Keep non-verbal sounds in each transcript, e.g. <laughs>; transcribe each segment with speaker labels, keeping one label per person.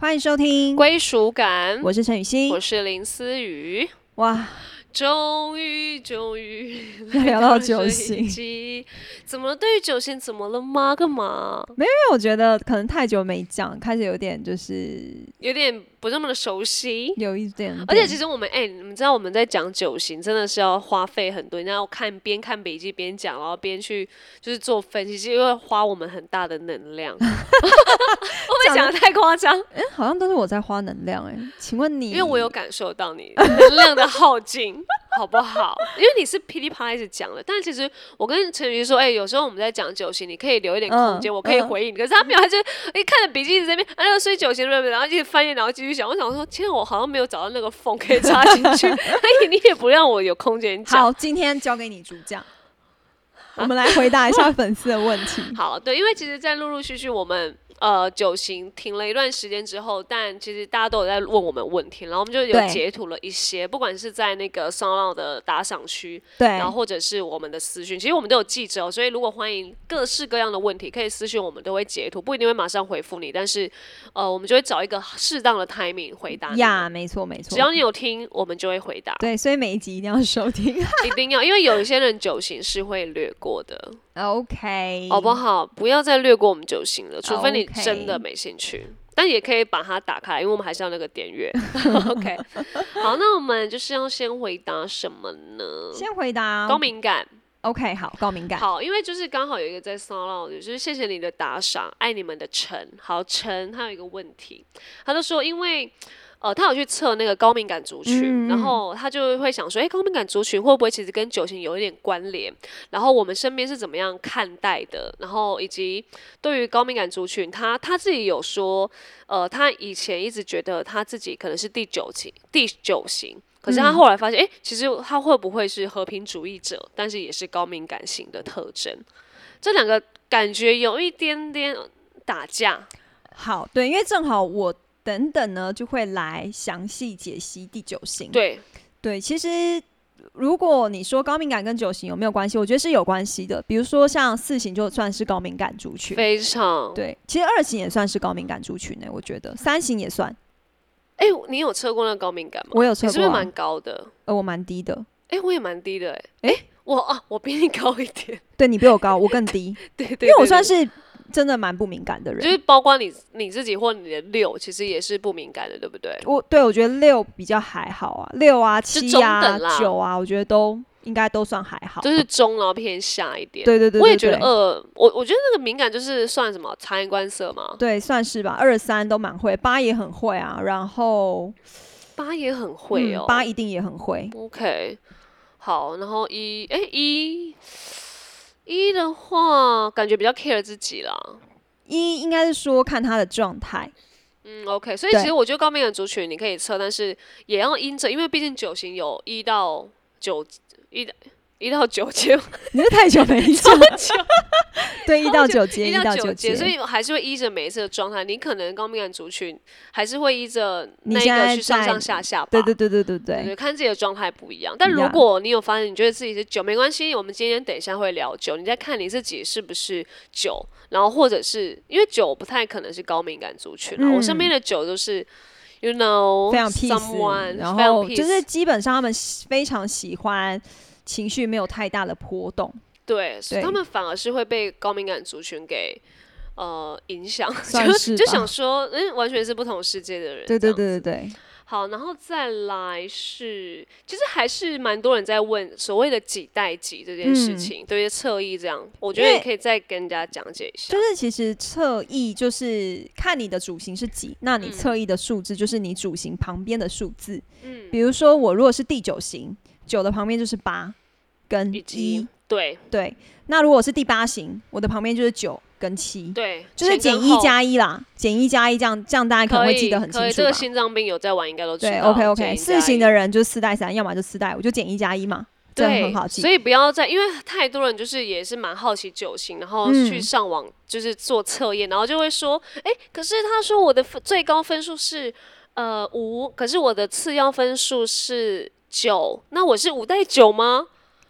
Speaker 1: 欢迎收听，
Speaker 2: 归属感。
Speaker 1: 我是陈雨欣
Speaker 2: 我。是林思雨。 <laughs>
Speaker 1: 哇，
Speaker 2: 终于，终于
Speaker 1: 要聊到九
Speaker 2: <laughs> 这一
Speaker 1: 星，因
Speaker 2: 集怎么了？对于九星怎么了吗？干嘛？
Speaker 1: 为我觉得可能太久没讲，开始有点就是
Speaker 2: 有点不那么的熟悉。
Speaker 1: 有一点点，
Speaker 2: 而且其实我们哎、你们知道我们在讲九型，真的是要花费很多，你要看边看笔记边讲，然后边去就是做分析，其实会花我们很大的
Speaker 1: <laughs>
Speaker 2: 能量。 <laughs> 会不会讲的太夸张？
Speaker 1: 哎好像都是我在花能量哎、请问你，
Speaker 2: 因为我有感受到你能量的耗 <laughs> 尽，好不好？因为你是噼里啪啦一直讲的，但其实我跟陈宇说，哎、有时候我们在讲九型，你可以留一点空间，
Speaker 1: 嗯
Speaker 2: 我可以
Speaker 1: 嗯
Speaker 2: 回应你。可是他没有，他就一看着笔记一直在那边，啊，那个睡九型对不对？然后一直翻页，然后继续想。我想说，天啊，我好像没有找到那个缝可以插进去， <laughs> 哎，你也不让我有空间讲。
Speaker 1: 好，今天交给你主讲，我们来回答一下粉丝的问题。
Speaker 2: <laughs> 好，对，因为其实，在陆陆续续我们呃九型停了一段时间之后，但其实大家都有在问我们问题，然后我们就有
Speaker 1: 对
Speaker 2: 截图了一些，不管是在那个商浪的打赏区，
Speaker 1: 对
Speaker 2: 然，后或者是我们的私讯，其实我们都有记着哦，所以如果欢迎各式各样的问题，可以私讯我们，都会截图，不一定会马上回复你，但是呃，我们就会找一个适当的 timing 回答你。
Speaker 1: 呀，没错没错
Speaker 2: 只，要你有听，我们就会回
Speaker 1: <laughs>
Speaker 2: 答，
Speaker 1: 对，所以每一集一定要收听。 <laughs>
Speaker 2: 一定要，因为有一些人九型是会略过的。
Speaker 1: OK，
Speaker 2: 好不好？不要再略过我们就行了，除非你
Speaker 1: 啊 OK
Speaker 2: 真的没兴趣。但也可以把它打开，因为我们还是要那个
Speaker 1: <laughs>
Speaker 2: 点阅。OK，好，那我们就是要先回答什么呢？
Speaker 1: 先回答
Speaker 2: 高敏感，
Speaker 1: OK，好，高敏感。
Speaker 2: 好，因为就是刚好有一个在骚扰的，就是谢谢你的打赏，爱你们的陈。好，陈他有一个问题，他就说因为。呃，他有去测那个高敏感族
Speaker 1: 嗯
Speaker 2: 群，然后他就会想说，哎诶，高敏感族群会不会其实跟九型有一点关联？然后我们身边是怎么样看待的？然后以及对于高敏感族群，他他自己有说，呃，他以前一直觉得他自己可能是第九型，第九型，可是他
Speaker 1: 嗯
Speaker 2: 后来发现，诶，其实他会不会是和平主义者，但是也是高敏感型的特征？这两个感觉有一点点打架。
Speaker 1: 好，对，因为正好我等等呢就会来详细解析第九型。
Speaker 2: 对，
Speaker 1: 对，其实如果你说高敏感跟九型有没有关系，我觉得是有关系的。比如说像四型就算是高敏感族群，
Speaker 2: 非常。
Speaker 1: 嗯对，其实二型也算是高敏感族群欸呢、我觉得三型也算。
Speaker 2: 哎、你有测过那个高敏感吗？
Speaker 1: 我有测
Speaker 2: 你是不是
Speaker 1: 过啊
Speaker 2: 蛮高的？
Speaker 1: 呃，我蛮低的，
Speaker 2: 哎、我也蛮低的、诶哎、
Speaker 1: 诶
Speaker 2: 我啊，我比你高一点。
Speaker 1: 对你比我高，我更低，
Speaker 2: 对 <laughs>
Speaker 1: 因
Speaker 2: 对
Speaker 1: 为我
Speaker 2: 对
Speaker 1: 算
Speaker 2: 对
Speaker 1: 是真的蛮不敏感的人。
Speaker 2: 就是包括你你自己或你的六，其实也是不敏感的，对不对？
Speaker 1: 我对我觉得六比较还好啊，六啊、
Speaker 2: 就
Speaker 1: 七
Speaker 2: 中
Speaker 1: 啊
Speaker 2: 等啦、
Speaker 1: 九啊，我觉得都应该都算还好。
Speaker 2: 就是中，然后偏下一点。
Speaker 1: 对对对，
Speaker 2: 我也
Speaker 1: 对
Speaker 2: 觉得
Speaker 1: 对
Speaker 2: 二，我我觉得那个敏感就是算什么察言观色嘛，
Speaker 1: 对，算是吧，二三都蛮会，八也很会啊，然后
Speaker 2: 八也很会哦，
Speaker 1: 嗯八一定也很会，
Speaker 2: OK，好，然后一，哎一，一的话感觉比较 care 自己啦。
Speaker 1: 一应该是说看他的状态，
Speaker 2: 嗯，OK，所以
Speaker 1: 对
Speaker 2: 其实我觉得高敏感族群你可以测，但是也要因着，因为毕竟九型有一到九一到一到九阶，
Speaker 1: <laughs> 你是太久没做， <laughs> 对，一到九阶，
Speaker 2: 一
Speaker 1: 到
Speaker 2: 九
Speaker 1: 阶，
Speaker 2: 所以还是会依着每一次的状态，你可能高敏感族群还是会依着
Speaker 1: 你
Speaker 2: 那一
Speaker 1: 现
Speaker 2: 个
Speaker 1: 在
Speaker 2: 去上
Speaker 1: 在
Speaker 2: 上下下吧。
Speaker 1: 对对对对对
Speaker 2: 对
Speaker 1: 对，
Speaker 2: 看自己的状态不一样。但如
Speaker 1: Yeah
Speaker 2: 果你有发现你觉得自己是九，没关系，我们今天等一下会聊九，你再看你自己是不是九，然后或者是因为九不太可能是高敏感族群啦。我身
Speaker 1: 嗯
Speaker 2: 边的九都是，you know，
Speaker 1: 非常
Speaker 2: someone，
Speaker 1: peace，然
Speaker 2: 非常
Speaker 1: 后就是
Speaker 2: peace
Speaker 1: 基本上他们喜非常喜欢情绪没有太大的波动，
Speaker 2: 对，所以
Speaker 1: 对
Speaker 2: 他们反而是会被高敏感族群给。呃，影响
Speaker 1: 算
Speaker 2: 就是就
Speaker 1: 吧
Speaker 2: 想说，嗯，完全是不同世界的人。
Speaker 1: 对对
Speaker 2: 这样
Speaker 1: 对对
Speaker 2: 子
Speaker 1: 对，
Speaker 2: 好，然后再来是，其实还是蛮多人在问所谓的几代几这件事
Speaker 1: 嗯
Speaker 2: 情，对于侧翼这样，我觉
Speaker 1: 因
Speaker 2: 得
Speaker 1: 为
Speaker 2: 也可以再跟人家讲解一下
Speaker 1: 就。是其实侧翼就是看你的主型是几，那你
Speaker 2: 嗯
Speaker 1: 侧翼的数字就是你主型旁边的数字，
Speaker 2: 嗯，
Speaker 1: 比如说我如果是第九型，九的旁边就是八跟
Speaker 2: 以
Speaker 1: 一
Speaker 2: 及，对
Speaker 1: 对。那如果是第八型，我的旁边就是九跟七，
Speaker 2: 对，
Speaker 1: 就是
Speaker 2: 前
Speaker 1: 减
Speaker 2: 跟
Speaker 1: 一
Speaker 2: 后
Speaker 1: 加一啦，减一加一这样，这样大家可能
Speaker 2: 可
Speaker 1: 会
Speaker 2: 以
Speaker 1: 记得很
Speaker 2: 可
Speaker 1: 清
Speaker 2: 以
Speaker 1: 楚
Speaker 2: 这个
Speaker 1: 吧。
Speaker 2: 心脏病有在玩，应该都知道。
Speaker 1: 对，OK OK，
Speaker 2: 减一
Speaker 1: 四
Speaker 2: 加
Speaker 1: 型
Speaker 2: 一
Speaker 1: 的人就是四带三，要么就四带五，就减一加一嘛，这样
Speaker 2: 对，
Speaker 1: 很好记
Speaker 2: 所。以不要再，因为太多人就是也是蛮好奇九型，然后去
Speaker 1: 嗯
Speaker 2: 上网就是做测验，然后就会说，哎、可是他说我的分最高分数是呃五，可是我的次要分数是九，那我是五代九吗？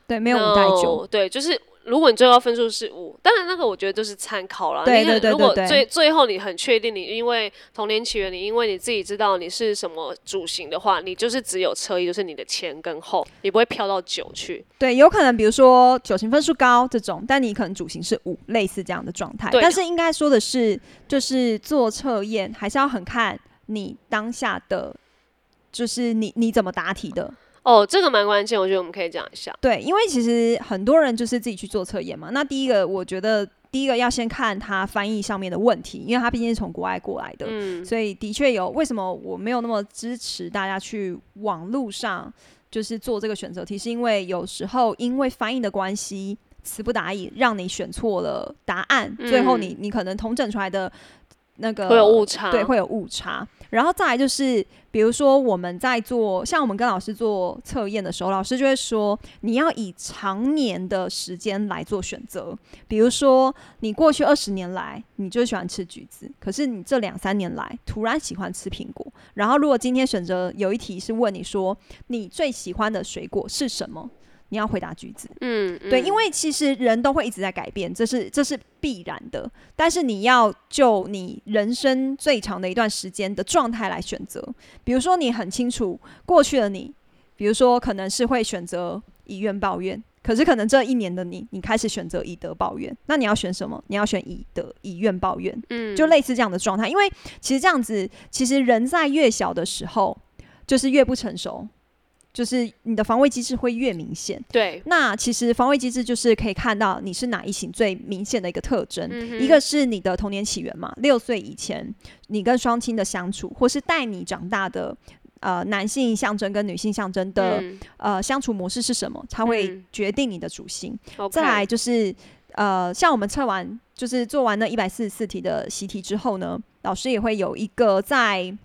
Speaker 1: 对，没有五带九，
Speaker 2: No，对，就是如果你最高分数是五，当然那个我觉得就是参考啦。
Speaker 1: 对
Speaker 2: 你很
Speaker 1: 对对
Speaker 2: 如果
Speaker 1: 对对
Speaker 2: 最最后你很确定你因为童年起源，你因为你自己知道你是什么主型的话，你就是只有车衣，就是你的前跟后，你不会飘到九去。
Speaker 1: 对，有可能比如说九型分数高这种，但你可能主型是五，类似这样的状态。
Speaker 2: 对
Speaker 1: 但是应该说的是，就是做测验还是要很看你当下的，就是你你怎么答题的。
Speaker 2: 哦，这个蛮关键，我觉得我们可以讲一下。
Speaker 1: 对，因为其实很多人就是自己去做测验嘛。那第一个，我觉得第一个要先看他翻译上面的问题，因为他毕竟是从国外过来的，
Speaker 2: 嗯，
Speaker 1: 所以的确有。为什么我没有那么支持大家去网络上就是做这个选择题？是因为有时候因为翻译的关系。词不达意，让你选错了答案，最后你你可能统整出来的那个
Speaker 2: 嗯会有误差。
Speaker 1: 对，会有误差。然后再来就是，比如说我们在做，像我们跟老师做测验的时候，老师就会说，你要以常年的时间来做选择。比如说，你过去二十年来，你就喜欢吃橘子，可是你这两三年来突然喜欢吃苹果。然后，如果今天选择有一题是问你说，你最喜欢的水果是什么？你要回答橘子。
Speaker 2: 嗯，嗯
Speaker 1: 对，因为其实人都会一直在改变，这是这是必然的。但是你要就你人生最长的一段时间的状态来选择，比如说你很清楚过去的你，比如说可能是会选择以怨报怨，可是可能这一年的你，你开始选择以德报怨，那你要选什么？你要选以德以怨报怨，
Speaker 2: 嗯
Speaker 1: 就类似这样的状态。因为其实这样子，其实人在越小的时候，就是越不成熟。就是你的防卫机制会越明显，
Speaker 2: 对，
Speaker 1: 那其实防卫机制就是可以看到你是哪一型最明显的一个特征。
Speaker 2: 嗯哼
Speaker 1: 一个是你的童年起源嘛，六岁以前你跟双亲的相处，或是带你长大的呃男性象征跟女性象征的、
Speaker 2: 嗯
Speaker 1: 呃相处模式是什么，它会
Speaker 2: 嗯
Speaker 1: 决定你的主心。
Speaker 2: ，OK
Speaker 1: 再来就是呃，像我们测完就是做完那一百四十四题的习题之后呢，老师也会有一个在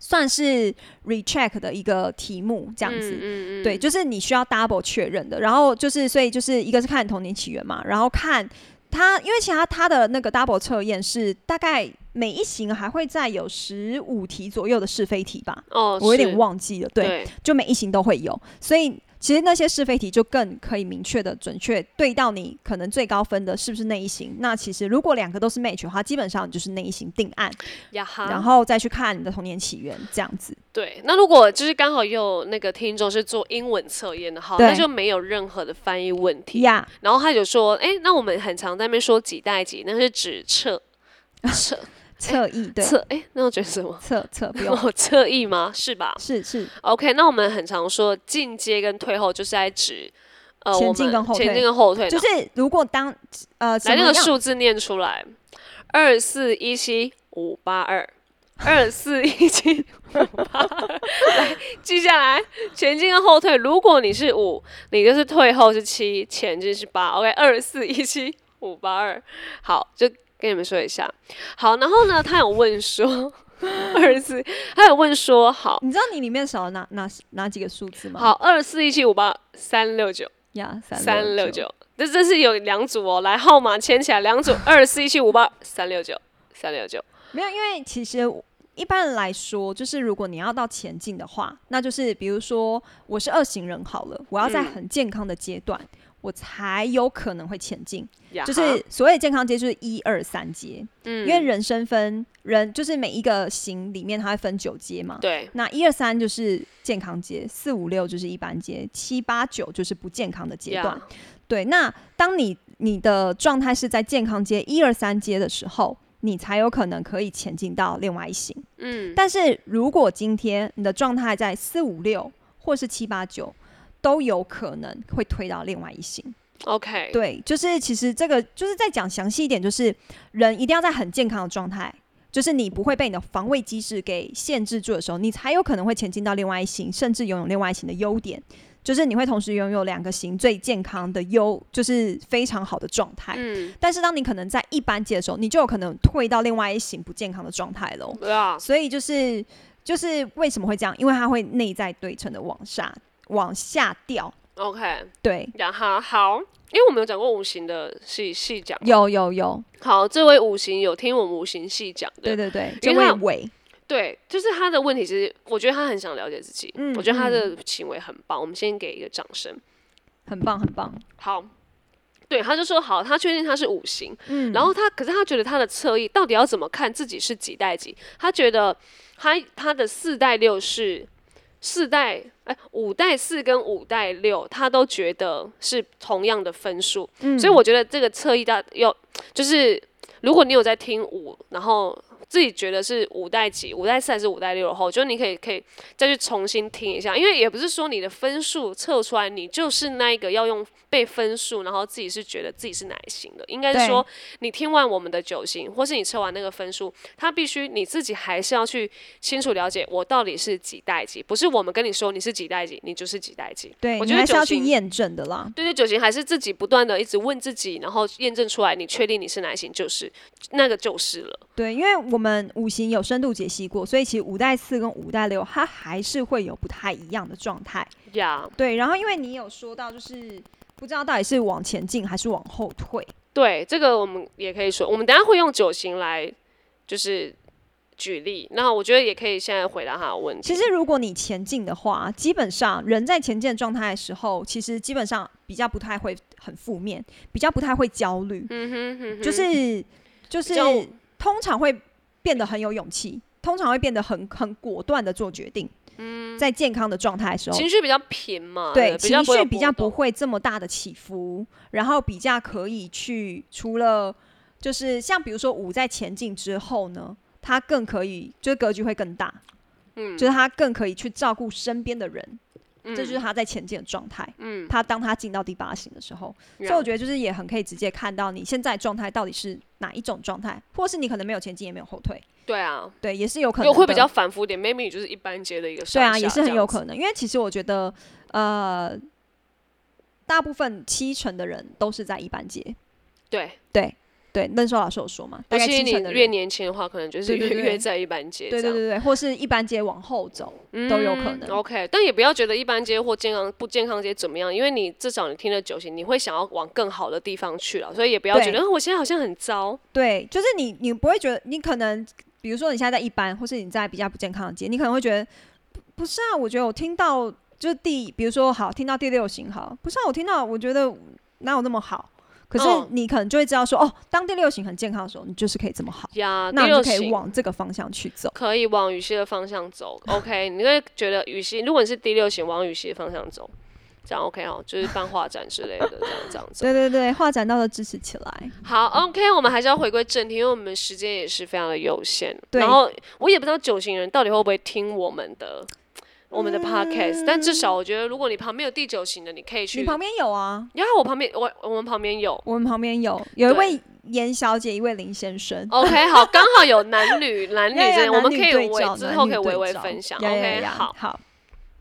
Speaker 1: 算是 recheck 的一个题目这样子。
Speaker 2: 嗯嗯嗯，
Speaker 1: 对，就是你需要 double 确认的。然后就是，所以就是一个是看童年起源嘛，然后看它，因为其他它的那个 double 测验是大概每一型还会再有十五题左右的是非题吧，
Speaker 2: 哦，
Speaker 1: 我有点
Speaker 2: 是，
Speaker 1: 忘记了。对，
Speaker 2: 对，
Speaker 1: 就每一型都会有，所以。其实那些是非题就更可以明确的、准确对到你可能最高分的是不是那一型。那其实如果两个都是 match 的话，基本上你就是那一型定案，
Speaker 2: 呀哈，
Speaker 1: 然后再去看你的童年起源这样子。
Speaker 2: 对，那如果就是刚好也有那个听众是做英文测验的哈，
Speaker 1: 对
Speaker 2: 那就没有任何的翻译问题。
Speaker 1: 呀、
Speaker 2: 然后他就说，哎，那我们很常在那边说几代几，那是指测测
Speaker 1: 侧翼 <laughs> 对
Speaker 2: 测，哎，那我觉得什么？
Speaker 1: 侧侧不
Speaker 2: <laughs>
Speaker 1: 用
Speaker 2: 有侧翼吗？是吧
Speaker 1: 是是
Speaker 2: ？OK，那我们很常说进阶跟退后，就是在指呃
Speaker 1: 前
Speaker 2: 我
Speaker 1: 进
Speaker 2: 们
Speaker 1: 跟后
Speaker 2: 前
Speaker 1: 退
Speaker 2: 进跟后退，
Speaker 1: 就是如果当呃什
Speaker 2: 来
Speaker 1: 么
Speaker 2: 那个
Speaker 1: 样
Speaker 2: 数字念出来，二四一七五八二。二四一七五八二， <laughs> 来记下来，前进跟后退。如果你是五，你就是退后是七，前进是八。OK，二四一七五八二，好，就跟你们说一下。好，然后呢，他有问说 <laughs> 二四，他有问说好
Speaker 1: 你知道你里面少了哪哪哪几个数字吗？
Speaker 2: 好二四一七五八三六九。
Speaker 1: 呀，
Speaker 2: 三六
Speaker 1: 六。
Speaker 2: 九，这这是有两组哦，来号码牵起来，两组
Speaker 1: <laughs>
Speaker 2: 二四一七五八三六九三六九，
Speaker 1: 没有，因为其实一般来说，就是如果你要到前进的话，那就是比如说我是二型人好了，我要在
Speaker 2: 嗯
Speaker 1: 很健康的阶段。我才有可能会前进，
Speaker 2: 呀哈
Speaker 1: 就是所谓的健康阶就是一二三阶，
Speaker 2: 嗯
Speaker 1: 因为人生分人就是每一个型里面它会分九阶嘛，
Speaker 2: 对
Speaker 1: 那一二三就是健康阶，四五六就是一般阶，七八九就是不健康的阶段。
Speaker 2: 呀
Speaker 1: 对，那当你你的状态是在健康阶一二三阶的时候，你才有可能可以前进到另外一型。
Speaker 2: 嗯，
Speaker 1: 但是如果今天你的状态在四五六或是七八九，都有可能会推到另外一型。
Speaker 2: OK，
Speaker 1: 对，就是其实这个就是再讲详细一点，就是人一定要在很健康的状态，就是你不会被你的防卫机制给限制住的时候，你才有可能会前进到另外一型，甚至拥有另外一型的优点，就是你会同时拥有两个型最健康的优，就是非常好的状态。
Speaker 2: 嗯，
Speaker 1: 但是当你可能在一般界的时候，你就有可能退到另外一型不健康的状态喽。
Speaker 2: 对啊，
Speaker 1: <laughs> 所以就是就是为什么会这样，因为它会内在对称的往下往下掉。
Speaker 2: OK，
Speaker 1: 对，
Speaker 2: 呀哈好，因为我们有讲过五行的细细讲，
Speaker 1: 有有有，
Speaker 2: 好，这位五行有听我们五行细讲的，
Speaker 1: 对对对，
Speaker 2: 因
Speaker 1: 这
Speaker 2: 为它
Speaker 1: 位尾。
Speaker 2: 对，就是他的问题，其实我觉得他很想了解自己，
Speaker 1: 嗯
Speaker 2: 我觉得他的行为很棒，我们先给一个掌声。
Speaker 1: 很棒，很棒。
Speaker 2: 好，对，他就说好，他确定他是五行，
Speaker 1: 嗯
Speaker 2: 然后他可是他觉得他的侧翼到底要怎么看自己是几代几？他觉得他他的四代六是四代哎五代四跟五代六，他都觉得是同样的分数，
Speaker 1: 嗯
Speaker 2: 所以我觉得这个侧翼大要就是如果你有在听五，然后。自己觉得是五代几，五代四还是五代六的话，我觉得你可以可以再去重新听一下，因为也不是说你的分数测出来，你就是那一个要用被分数，然后自己是觉得自己是哪一型的，应该是
Speaker 1: 对
Speaker 2: 说你听完我们的九型，或是你测完那个分数，它必须你自己还是要去清楚了解我到底是几代几，不是我们跟你说你是几代几，你就是几代几。
Speaker 1: 对，
Speaker 2: 我
Speaker 1: 你
Speaker 2: 觉得
Speaker 1: 还是
Speaker 2: 九
Speaker 1: 要去
Speaker 2: 型。
Speaker 1: 验证的啦。
Speaker 2: 对对，九型还是自己不断的一直问自己，然后验证出来，你确定你是哪一型，就是那个就是了。
Speaker 1: 对，因为我们五行有深度解析过，所以其实五代四跟五代六它还是会有不太一样的状态。
Speaker 2: 呀、
Speaker 1: 对，然后因为你有说到，就是不知道到底是往前进还是往后退。
Speaker 2: 对，这个我们也可以说，我们等一下会用九型来就是举例。那我觉得也可以现在回答他的问题。
Speaker 1: 其实如果你前进的话，基本上人在前进的状态的时候，其实基本上比较不太会很负面，比较不太会焦虑，
Speaker 2: 嗯哼，嗯哼
Speaker 1: 就是就
Speaker 2: 比较
Speaker 1: 是通常会变得很有勇气，通常会变得很很果断的做决定。嗯，在健康的状态的时候，
Speaker 2: 情绪比较平嘛，
Speaker 1: 对，
Speaker 2: 啊比较
Speaker 1: 情
Speaker 2: 不会有
Speaker 1: 绪比
Speaker 2: 波
Speaker 1: 较不
Speaker 2: 动
Speaker 1: 会这么大的起伏，然后比较可以去除了就是像比如说五在前进之后呢，它更可以就是格局会更大，嗯，就是它更可以去照顾身边的人，
Speaker 2: 嗯
Speaker 1: 这就是他在前进的状态，嗯，他当他进到第八型的时候，所以我觉得就是也很可以直接看到你现在状态到底是哪一种状态，或是你可能没有前进也没有后退，
Speaker 2: 对啊，
Speaker 1: 对，也是有可能
Speaker 2: 就会比
Speaker 1: 的
Speaker 2: 较反复点，maybe 你就是一般接的一个
Speaker 1: 对
Speaker 2: 上
Speaker 1: 啊，
Speaker 2: 下
Speaker 1: 也是很
Speaker 2: 这
Speaker 1: 有
Speaker 2: 样子
Speaker 1: 可能，因为其实我觉得，呃，大部分七成的人都是在一班阶。
Speaker 2: 对。
Speaker 1: 对，那时候老师有说嘛，大
Speaker 2: 尤
Speaker 1: 概
Speaker 2: 其
Speaker 1: 七
Speaker 2: 你
Speaker 1: 成的
Speaker 2: 越
Speaker 1: 人，
Speaker 2: 年轻的话，可能就是
Speaker 1: 对
Speaker 2: 越
Speaker 1: 对
Speaker 2: 越
Speaker 1: 对
Speaker 2: 在一般接这
Speaker 1: 对对对
Speaker 2: 样，
Speaker 1: 对，或是一班阶往后走，都有可能
Speaker 2: 嗯 OK，但也不要觉得一般接或健康不健康接怎么样，因为你至少你听了九型，你会想要往更好的地方去了，所以也不要觉得、
Speaker 1: 对
Speaker 2: 呃我现在好像很糟。
Speaker 1: 对，就是你你不会觉得你可能，比如说你现在在一班，或是你在比较不健康的阶，你可能会觉得不不是啊，我觉得我听到就是第，比如说好听到第六型好，不是啊，我听到我觉得哪有那么好。可是
Speaker 2: 嗯
Speaker 1: 你可能就会知道说，哦，当第六型很健康的时候，你就是可以这么好，
Speaker 2: 呀，
Speaker 1: 那你
Speaker 2: 第
Speaker 1: 就
Speaker 2: 六
Speaker 1: 可以
Speaker 2: 型
Speaker 1: 往这个方向去走。
Speaker 2: 可以往雨熙的方向走。OK，
Speaker 1: <laughs>
Speaker 2: 你会觉得雨熙，如果你是第六型，往雨熙的方向走，这样 OK 哦，就是办画展之类的，这样这样子。
Speaker 1: 对对对，画展到的支持起来。
Speaker 2: 好，OK，我们还是要回归正题，因为我们时间也是非常的有限。
Speaker 1: 对
Speaker 2: 然后我也不知道九型人到底会不会听我们的
Speaker 1: 嗯
Speaker 2: 我们的 podcast，、但至少我觉得，如果你旁边有第九型的，你可以去。
Speaker 1: 你旁边有啊，
Speaker 2: 然后我旁边，我我们旁边有。
Speaker 1: 我们旁边有有一
Speaker 2: 对哦
Speaker 1: 位严小姐，一位林先生。
Speaker 2: OK，好， <laughs> 刚好有男
Speaker 1: <laughs>
Speaker 2: 女男女
Speaker 1: 呀呀
Speaker 2: 这，我
Speaker 1: 男
Speaker 2: 们
Speaker 1: 女
Speaker 2: 可以
Speaker 1: 对
Speaker 2: 微
Speaker 1: 照
Speaker 2: 之
Speaker 1: 男
Speaker 2: 后
Speaker 1: 女
Speaker 2: 可以
Speaker 1: 对
Speaker 2: 微微
Speaker 1: 照
Speaker 2: 分享。
Speaker 1: 呀呀
Speaker 2: OK，
Speaker 1: 呀
Speaker 2: 好，
Speaker 1: 好。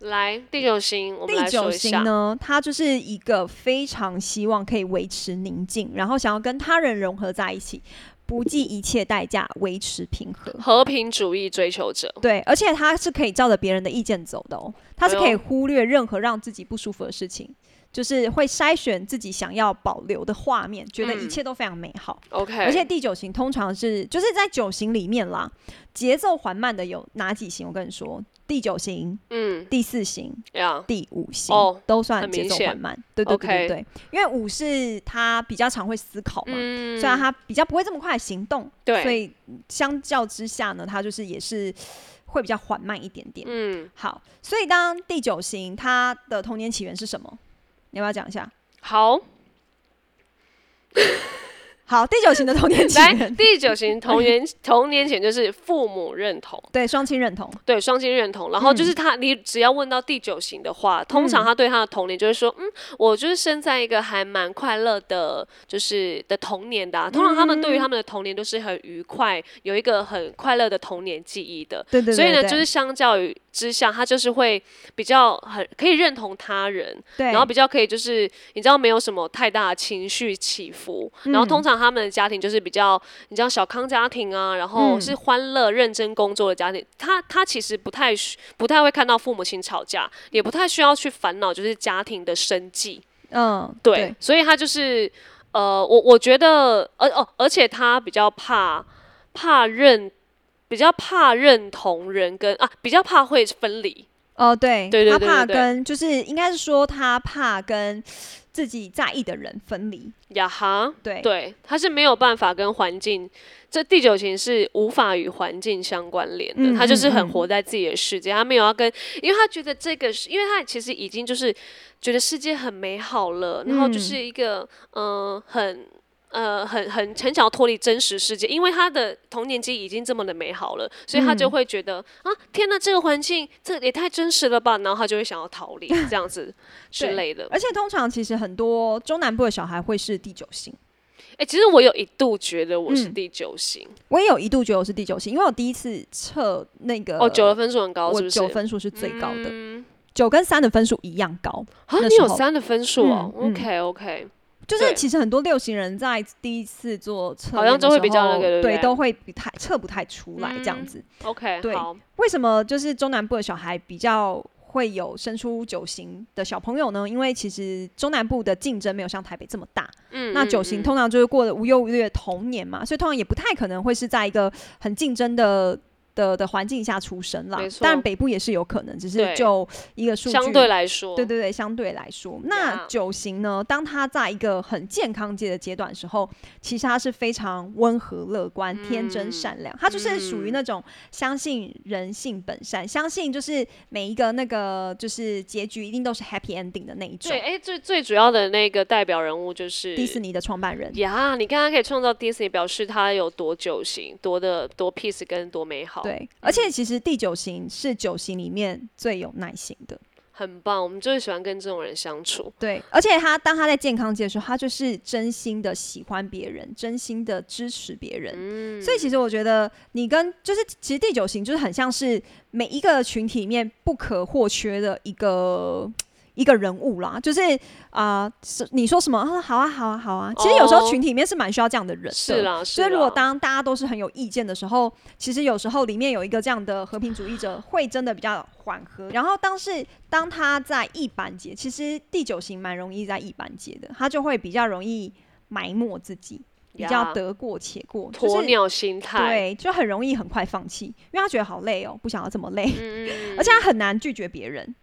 Speaker 2: 来第九型，我们
Speaker 1: 第
Speaker 2: 来说
Speaker 1: 九
Speaker 2: 一下
Speaker 1: 型。呢，他就是一个非常希望可以维持宁静，然后想要跟他人融合在一起，不计一切代价维持平和。
Speaker 2: 和平主义追求者。
Speaker 1: 对，而且他是可以照着别人的意见走的哦，他是可
Speaker 2: 哎
Speaker 1: 以
Speaker 2: 呦
Speaker 1: 忽略任何让自己不舒服的事情，就是会筛选自己想要保留的画面，觉得一
Speaker 2: 嗯哎
Speaker 1: 切都非常美好。
Speaker 2: OK，
Speaker 1: 而且第九型通常是就是在九型里面啦，节奏缓慢的有哪几型？我跟你说，第九型、
Speaker 2: 嗯
Speaker 1: 第四型、
Speaker 2: 呀
Speaker 1: 第五型、
Speaker 2: 哦
Speaker 1: 都算
Speaker 2: 很
Speaker 1: 节
Speaker 2: 明
Speaker 1: 奏
Speaker 2: 显
Speaker 1: 缓慢。对对对对
Speaker 2: OK
Speaker 1: 对因为五是他比较常会思考嘛，
Speaker 2: 嗯，
Speaker 1: 虽然他比较不会这么快行动，所
Speaker 2: 对，
Speaker 1: 以相较之下呢，他就是也是会比较缓慢一点点。
Speaker 2: 嗯，
Speaker 1: 好，所以当第九型他的童年起源是什么？你要不要讲一下？
Speaker 2: 好，
Speaker 1: 好，第九型的童年起 <laughs>
Speaker 2: 来
Speaker 1: 源，
Speaker 2: 第九型童年 <laughs> 童年前就是父母认同，
Speaker 1: 对双亲认同，
Speaker 2: 对双亲认同，然后
Speaker 1: 嗯
Speaker 2: 就是他，你只要问到第九型的话，通常他对他的童年就会说，嗯，我就是生在一个还蛮快乐的，就是的童年的、啊。通常他们对于他们的童年都是很愉快，有一个很快乐的童年记忆的。
Speaker 1: 对对对
Speaker 2: 所以呢，
Speaker 1: 对
Speaker 2: 就是相较于之下，他就是会比较很可以认同他人，
Speaker 1: 对，
Speaker 2: 然后比较可以就是你知道没有什么太大的情绪起伏，然后通
Speaker 1: 嗯
Speaker 2: 常他们的家庭就是比较你知道小康家庭啊，然后
Speaker 1: 嗯
Speaker 2: 是欢乐认真工作的家庭，他他其实不太需不太会看到父母亲吵架，也不太需要去烦恼就是家庭的生计，
Speaker 1: 嗯，
Speaker 2: 对，所以他就是呃，我我觉得，而、哦，而且他比较怕怕认。比较怕认同人跟啊，比较怕会分离，
Speaker 1: 哦，对，
Speaker 2: 对对对
Speaker 1: 他怕
Speaker 2: 对对
Speaker 1: 跟就是应该是说他怕跟自己在意的人分离。
Speaker 2: 呀哈，
Speaker 1: 对，
Speaker 2: 对，它是没有办法跟环境，这第九型是无法与环境相关联的，
Speaker 1: 嗯
Speaker 2: 他就是
Speaker 1: 嗯
Speaker 2: 很
Speaker 1: 嗯
Speaker 2: 活在自己的世界，他没有要跟，因为他觉得这个是，因为他其实已经就是觉得世界很美好了，然后
Speaker 1: 嗯
Speaker 2: 就是一个嗯、呃很。呃，很很很想要脱离真实世界，因为他的童年记忆已经这么的美好了，所
Speaker 1: 嗯
Speaker 2: 以他就会觉得、啊，天呐，这个环境这也太真实了吧，然后他就会想要逃离这样子之
Speaker 1: 对
Speaker 2: 类的。
Speaker 1: 而且通常其实很多中南部的小孩会是第九型。
Speaker 2: 哎、其实我有一度觉得我是
Speaker 1: 嗯
Speaker 2: 第九型，
Speaker 1: 我也有一度觉得我是第九型，因为我第一次测那个
Speaker 2: 哦，九的分数很高，
Speaker 1: 呃我
Speaker 2: 是不是？
Speaker 1: 九分数是最高
Speaker 2: 嗯
Speaker 1: 的，九、跟三的分数一样高。
Speaker 2: 啊，
Speaker 1: 那时
Speaker 2: 你有
Speaker 1: 候
Speaker 2: 三的分数哦、
Speaker 1: 嗯嗯
Speaker 2: o k OK，
Speaker 1: 就是
Speaker 2: 对
Speaker 1: 其实很多六型人在第一次做测验的时候，
Speaker 2: 好像就会比较那个对不
Speaker 1: 对，
Speaker 2: 对嗯
Speaker 1: 都会不太测不太出来这样子。
Speaker 2: OK，
Speaker 1: 对
Speaker 2: 好，
Speaker 1: 为什么就是中南部的小孩比较会有生出九型的小朋友呢？因为其实中南部的竞争没有像台北这么大，
Speaker 2: 嗯
Speaker 1: 那
Speaker 2: 嗯
Speaker 1: 九型
Speaker 2: 嗯
Speaker 1: 通常就是过的无忧无虑的童年嘛，所以通常也不太可能会是在一个很竞争的。的的环境下出生啦
Speaker 2: 没，错
Speaker 1: 当然北部也是有可能，只是
Speaker 2: 对
Speaker 1: 就一个数据
Speaker 2: 相对来说，
Speaker 1: 对对对，相对来说，那
Speaker 2: 呀
Speaker 1: 九型呢，当他在一个很健康界的阶段的时候，其实他是非常温和、乐观、天真、
Speaker 2: 嗯
Speaker 1: 善良，他就是属于那种相信人性本善，相信就是每一个那个就是结局一定都是 happy ending 的那一种
Speaker 2: 对，。哎、最最主要的那个代表人物就是
Speaker 1: 迪士尼的创办人，
Speaker 2: 呀你刚刚可以创造 Disney，表示它有多九型，多的多 peace 跟多美好，，
Speaker 1: 对，而
Speaker 2: 嗯
Speaker 1: 且其实第九型是九型里面最有耐心的。
Speaker 2: 很棒，我们就是喜欢跟这种人相处，
Speaker 1: 对，而且他当他在健康界的时候，他就是真心的喜欢别人，真心的支持别人。
Speaker 2: 嗯
Speaker 1: 所以其实我觉得你跟就是其实第九型就是很像是每一个群体里面不可或缺的一个。一个人物啦，就是啊、是你说什么？他说好啊，好啊，好啊。其实有时候
Speaker 2: 哦
Speaker 1: 群体里面是蛮需要这样的人的。
Speaker 2: 是啦，是
Speaker 1: 所
Speaker 2: 啦。
Speaker 1: 以，如果当大家都是很有意见的时候，其实有时候里面有一个这样的和平主义者，会真的比较缓和。然后，当是当他在一板节，其实第九型蛮容易在一板节的，他就会比较容易埋没自己，比较
Speaker 2: 呀
Speaker 1: 得过且过，就
Speaker 2: 鸵
Speaker 1: 是
Speaker 2: 鸟心态，
Speaker 1: 对，就很容易很快放弃，因为他觉得好累哦，不想要这么累，
Speaker 2: 嗯，嗯
Speaker 1: 而且他很难拒绝别人，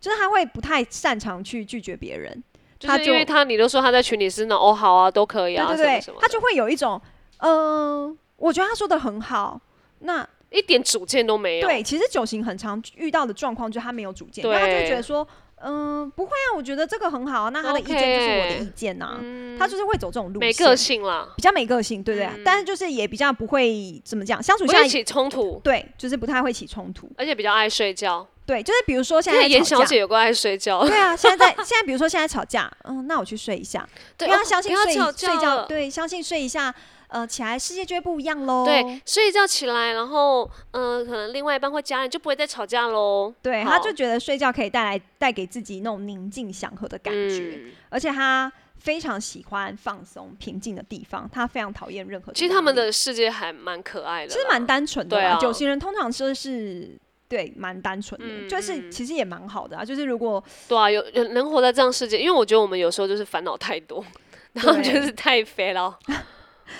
Speaker 1: 就是他会不太擅长去拒绝别人。
Speaker 2: 就
Speaker 1: 他
Speaker 2: 是因为
Speaker 1: 就
Speaker 2: 他，你都说他在群里是那种哦，好啊，都可以啊，
Speaker 1: 对对对，
Speaker 2: 什么什么
Speaker 1: 他
Speaker 2: 的，
Speaker 1: 就会有一种，嗯、我觉得他说的很好，那
Speaker 2: 一点主见都没有，
Speaker 1: 对，其实九型很常遇到的状况就是他没有主见，那他就会觉得说，嗯、不会啊，我觉得这个很好啊，那他的意见就是我的
Speaker 2: OK
Speaker 1: 意见呐、啊
Speaker 2: 嗯，
Speaker 1: 他就是会走这种路
Speaker 2: 没
Speaker 1: 线，
Speaker 2: 个性啦，
Speaker 1: 比较没个性，对不对？但是就是也比较不会怎么讲，相处
Speaker 2: 不
Speaker 1: 下
Speaker 2: 会
Speaker 1: 来
Speaker 2: 起冲突，
Speaker 1: 对，就是不太会起冲突，
Speaker 2: 而且比较爱睡觉。
Speaker 1: 对，就是比如说现
Speaker 2: 因为
Speaker 1: 在
Speaker 2: 严
Speaker 1: 吵
Speaker 2: 小
Speaker 1: 架。
Speaker 2: 姐有哦个爱
Speaker 1: <laughs>
Speaker 2: 睡觉，
Speaker 1: 对啊，现在在现在，比如说现在吵架，嗯，那我去睡一下，
Speaker 2: 对
Speaker 1: 因为他
Speaker 2: 哦
Speaker 1: 相信
Speaker 2: 不要
Speaker 1: 睡
Speaker 2: 吵
Speaker 1: 睡
Speaker 2: 觉
Speaker 1: 觉，
Speaker 2: 了
Speaker 1: 对，哦相信睡一下，呃，起来世界就会不一样喽。
Speaker 2: 对，睡一觉起来，然后嗯、呃可能另外一半或家人就不会再吵架喽。
Speaker 1: 对，他
Speaker 2: 好
Speaker 1: 就觉得睡觉可以带来带给自己那种宁静祥和的感觉。
Speaker 2: 嗯
Speaker 1: 而且他非常喜欢放松、平静的地方，他非常讨厌任何。
Speaker 2: 其实他们的世界还蛮可爱的啦，
Speaker 1: 其实蛮单纯的
Speaker 2: 对
Speaker 1: 啦，
Speaker 2: 啊
Speaker 1: 九型人通常说是。对，蛮单纯的，
Speaker 2: 嗯
Speaker 1: 就是
Speaker 2: 嗯
Speaker 1: 其实也蛮好的啊。就是如果
Speaker 2: 对啊，有有能活在这样世界，因为我觉得我们有时候就是烦恼太
Speaker 1: <laughs>
Speaker 2: 多，然后就
Speaker 1: 对
Speaker 2: 是太
Speaker 1: <laughs>
Speaker 2: 肥了。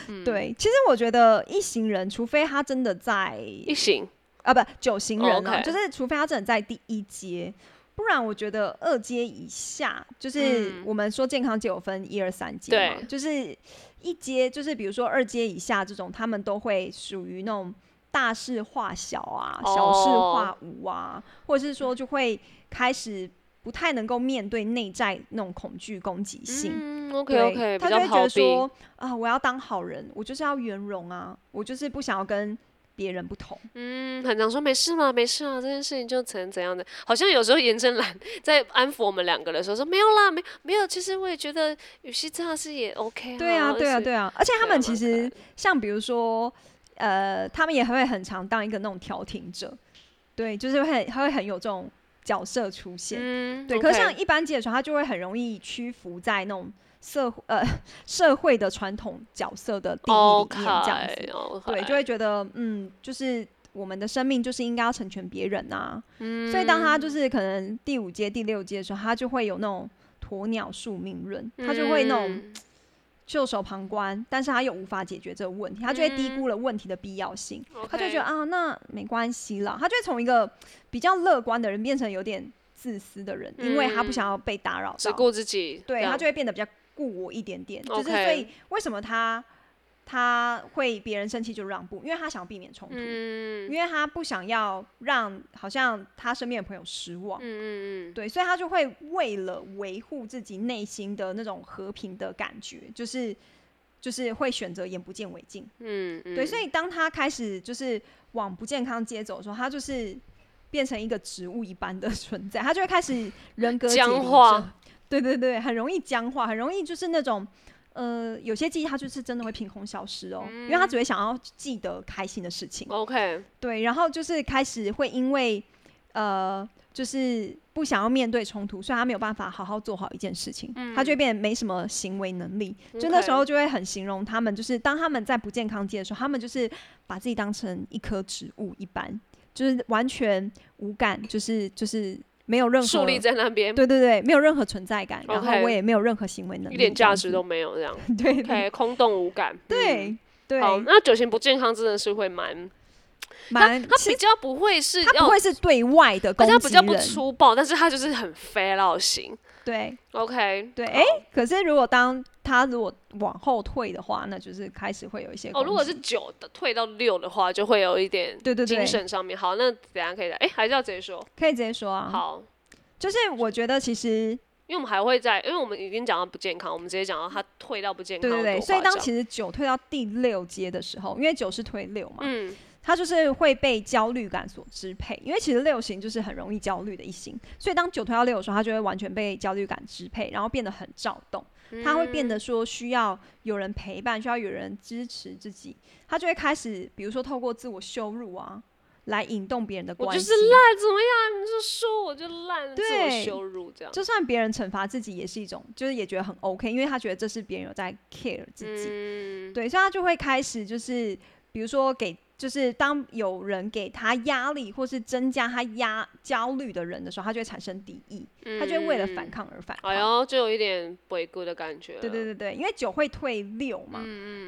Speaker 2: 嗯
Speaker 1: 对，其实我觉得一行人，除非他真的在
Speaker 2: 一行
Speaker 1: 啊，不九型人啊，
Speaker 2: OK
Speaker 1: 就是除非他真的在第一阶，不然我觉得二阶以下，就是
Speaker 2: 嗯
Speaker 1: 我们说健康界有分一二三阶嘛，
Speaker 2: 对
Speaker 1: 就是一阶，就是比如说二阶以下这种，他们都会属于那种大事化小啊，小事
Speaker 2: 哦
Speaker 1: 化无啊，或者是说就会开始不太能够面对内在那种恐惧攻击性。
Speaker 2: 嗯，OK
Speaker 1: 对
Speaker 2: OK，比
Speaker 1: 他就
Speaker 2: 较
Speaker 1: 会觉
Speaker 2: 逃
Speaker 1: 得
Speaker 2: 避。
Speaker 1: 说啊，我要当好人，我就是要圆融啊，我就是不想要跟别人不同。
Speaker 2: 嗯，很常说没事嘛，没事啊，这件事情就怎怎样的，好像有时候严正兰 <laughs> 在安抚我们两个的时候说没有啦，没没有，其实我也觉得与其这样是也 OK
Speaker 1: 对啊，对啊，
Speaker 2: 就是
Speaker 1: 对啊，而且他
Speaker 2: 对啊
Speaker 1: 们
Speaker 2: 蛮
Speaker 1: 其
Speaker 2: 可爱
Speaker 1: 实像比如说，呃，他们也会很常当一个那种调停者，对，就是会他会很有这种角色出现。
Speaker 2: 嗯，
Speaker 1: 对，
Speaker 2: OK
Speaker 1: 可是像一般解说，他就会很容易屈服在那种社会呃 <laughs> 社会的传统角色的定义里
Speaker 2: OK
Speaker 1: 面这样子。
Speaker 2: 哦 OK，
Speaker 1: 对，就会觉得嗯，就是我们的生命就是应该要成全别人啊。
Speaker 2: 嗯
Speaker 1: 所以当他就是可能第五阶、第六阶的时候，他就会有那种鸵鸟宿命论，他就会那种。
Speaker 2: 嗯
Speaker 1: 袖手旁观，但是他又无法解决这个问题，他就会低
Speaker 2: 嗯
Speaker 1: 估了问题的必要性，他就啊
Speaker 2: OK
Speaker 1: 觉得啊，那没关系啦，他就会从一个比较乐观的人变成有点自私的人，因为他不
Speaker 2: 嗯
Speaker 1: 想要被打扰
Speaker 2: 只
Speaker 1: 到，
Speaker 2: 顾自己，
Speaker 1: 对
Speaker 2: 这样
Speaker 1: 他就会变得比较顾我一点点。就是所
Speaker 2: OK
Speaker 1: 以为什么他他会别人生气就让步，因为他想避免冲突，
Speaker 2: 嗯
Speaker 1: 因为他不想要让好像他身边的朋友失望。
Speaker 2: 嗯嗯
Speaker 1: 对，所以他就会为了维护自己内心的那种和平的感觉，就是就是会选择眼不见为净。
Speaker 2: 嗯嗯，
Speaker 1: 对，所以当他开始就是往不健康街走的时候，他就是变成一个植物一般的 <laughs> 存在，他就会开始人格解
Speaker 2: 僵
Speaker 1: 离症
Speaker 2: 化。
Speaker 1: 对对对，很容易僵化，很容易就是那种。呃，有些记忆它就是真的会凭空消失哦，因为
Speaker 2: 嗯
Speaker 1: 他只会想要记得开心的事情。
Speaker 2: OK，
Speaker 1: 对，然后就是开始会因为呃，就是不想要面对冲突，所以他没有办法好好做好一件事情，
Speaker 2: 嗯
Speaker 1: 他就会变得没什么行为能力。就那
Speaker 2: OK
Speaker 1: 时候就会很形容他们，就是当他们在不健康界的时候，他们就是把自己当成一棵植物一般，就是完全无感，就是就是没有任何
Speaker 2: 树立在那边，
Speaker 1: 对对对，没有任何存在感，然后
Speaker 2: OK
Speaker 1: 我也没有任何行为能力，
Speaker 2: 一点
Speaker 1: 这样
Speaker 2: 价值
Speaker 1: 子
Speaker 2: 都没有，这样
Speaker 1: 对对 <laughs>
Speaker 2: OK，空洞无感。嗯
Speaker 1: 对对，
Speaker 2: 好，那酒型不健康真的是会蛮，
Speaker 1: 蛮
Speaker 2: 他
Speaker 1: 其
Speaker 2: 比
Speaker 1: 实
Speaker 2: 较不会是
Speaker 1: 他
Speaker 2: 要
Speaker 1: 不，会是对外的
Speaker 2: 可
Speaker 1: 攻
Speaker 2: 是
Speaker 1: 击
Speaker 2: 他
Speaker 1: 人，
Speaker 2: 比较不粗暴，但是他就是很 fail 到型。
Speaker 1: 对。
Speaker 2: OK，
Speaker 1: 对，
Speaker 2: 好
Speaker 1: 哎、可是如果当他如果往后退的话，那就是开始会有一些
Speaker 2: 哦，如果
Speaker 1: 攻
Speaker 2: 是
Speaker 1: 击
Speaker 2: 九的退到六的话，就会有一点
Speaker 1: 对对对
Speaker 2: 精神上面。好，那等一下可以的，哎、还是要直接说
Speaker 1: 可以直接说啊，，
Speaker 2: 好。
Speaker 1: 就是我觉得其实
Speaker 2: 因为我们还会在，因为我们已经讲到不健康，我们直接讲到他退到不健
Speaker 1: 对
Speaker 2: 康有
Speaker 1: 对
Speaker 2: 多
Speaker 1: 对，所以
Speaker 2: 夸
Speaker 1: 当
Speaker 2: 张
Speaker 1: 其实九退到第六阶的时候，因为九是退六嘛，
Speaker 2: 嗯
Speaker 1: 他就是会被焦虑感所支配，因为其实六型就是很容易焦虑的一型，所以当九推到六的时候，他就会完全被焦虑感支配，然后变得很躁动，
Speaker 2: 嗯
Speaker 1: 他会变得说需要有人陪伴，需要有人支持自己，他就会开始比如说透过自我羞辱啊，来引动别人的
Speaker 2: 我
Speaker 1: 关
Speaker 2: 就
Speaker 1: 系，
Speaker 2: 是烂，怎么样？你就说我就烂，自我
Speaker 1: 对
Speaker 2: 羞辱这样。
Speaker 1: 就算别人惩罚自己也是一种，就是也觉得很 OK，因为他觉得这是别人有在 care 自己，
Speaker 2: 嗯，
Speaker 1: 对，所以他就会开始就是，比如说给，就是当有人给他压力或是增加他压焦虑的人的时候，他就会产生敌意，他就会为了反抗而反抗。
Speaker 2: 嗯哎呦，就有一点鬼谷的感觉。嗯
Speaker 1: 对对，对对，因为九会退六嘛，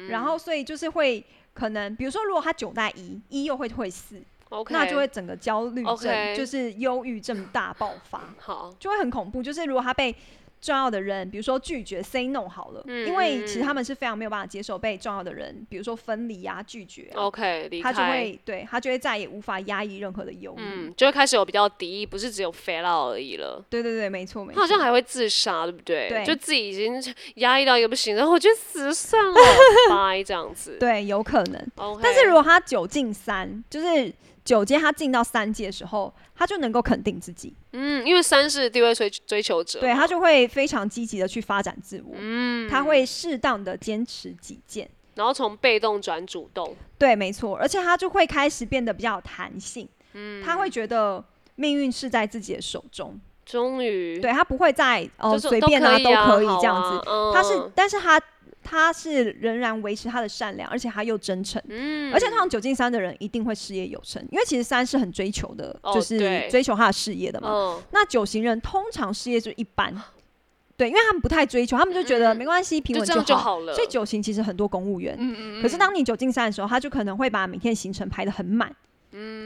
Speaker 1: 然后所以就是会可能，比如说如果他九带一，一又会退四
Speaker 2: OK，
Speaker 1: 那就会整个焦虑症
Speaker 2: OK
Speaker 1: 就是忧郁症大爆发，
Speaker 2: 好。
Speaker 1: 就会很恐怖。就是如果他被重要的人，比如说拒绝 say no 好了，
Speaker 2: 嗯
Speaker 1: 因为
Speaker 2: 嗯
Speaker 1: 其实他们是非常没有办法接受被重要的人，比如说分离啊、拒绝
Speaker 2: 哦
Speaker 1: 啊、
Speaker 2: OK，离
Speaker 1: 他
Speaker 2: 开。
Speaker 1: 就会对他就会再也无法压抑任何的忧虑。
Speaker 2: 嗯，就会开始有比较敌意，不是只有 fail out 而已了。
Speaker 1: 对对对，没错没错。
Speaker 2: 他好像还会自杀，对不对？
Speaker 1: 对
Speaker 2: 就自己已经压抑到一个不行，然后我觉得死了
Speaker 1: <laughs>
Speaker 2: 算了，拜这样子。
Speaker 1: 对有可能，
Speaker 2: OK，
Speaker 1: 但是如果他九进三，就是九阶他进到三阶的时候，他就能够肯定自己，
Speaker 2: 嗯，因为三是地位追追求者嘛，
Speaker 1: 对他就会非常积极的去发展自
Speaker 2: 嗯
Speaker 1: 我，他会适当的坚持己见。
Speaker 2: 然后从被动转主动，
Speaker 1: 对，没错，而且他就会开始变得比较有弹性，
Speaker 2: 嗯
Speaker 1: 他会觉得命运是在自己的手中，
Speaker 2: 终于
Speaker 1: 对他不会再哦
Speaker 2: 嗯就是
Speaker 1: 随便
Speaker 2: 啊，
Speaker 1: 都可以
Speaker 2: 好
Speaker 1: 这样子，
Speaker 2: 啊嗯、
Speaker 1: 他是，但是他他是仍然维持他的善良，而且他又真诚。
Speaker 2: 嗯
Speaker 1: 而且通常九进三的人一定会事业有成，因为其实三是很追求的，
Speaker 2: 哦
Speaker 1: 就是
Speaker 2: 对
Speaker 1: 追求他的事业的嘛。
Speaker 2: 嗯
Speaker 1: 那九型人通常事业就一般，对，因为他们不太追求，他们就觉得
Speaker 2: 嗯
Speaker 1: 没关系，平
Speaker 2: 就
Speaker 1: 稳
Speaker 2: 这样
Speaker 1: 就
Speaker 2: 就好了。
Speaker 1: 所以九型其实很多公务员，
Speaker 2: 嗯嗯
Speaker 1: 可是当你九进三的时候，他就可能会把每天行程排得很满，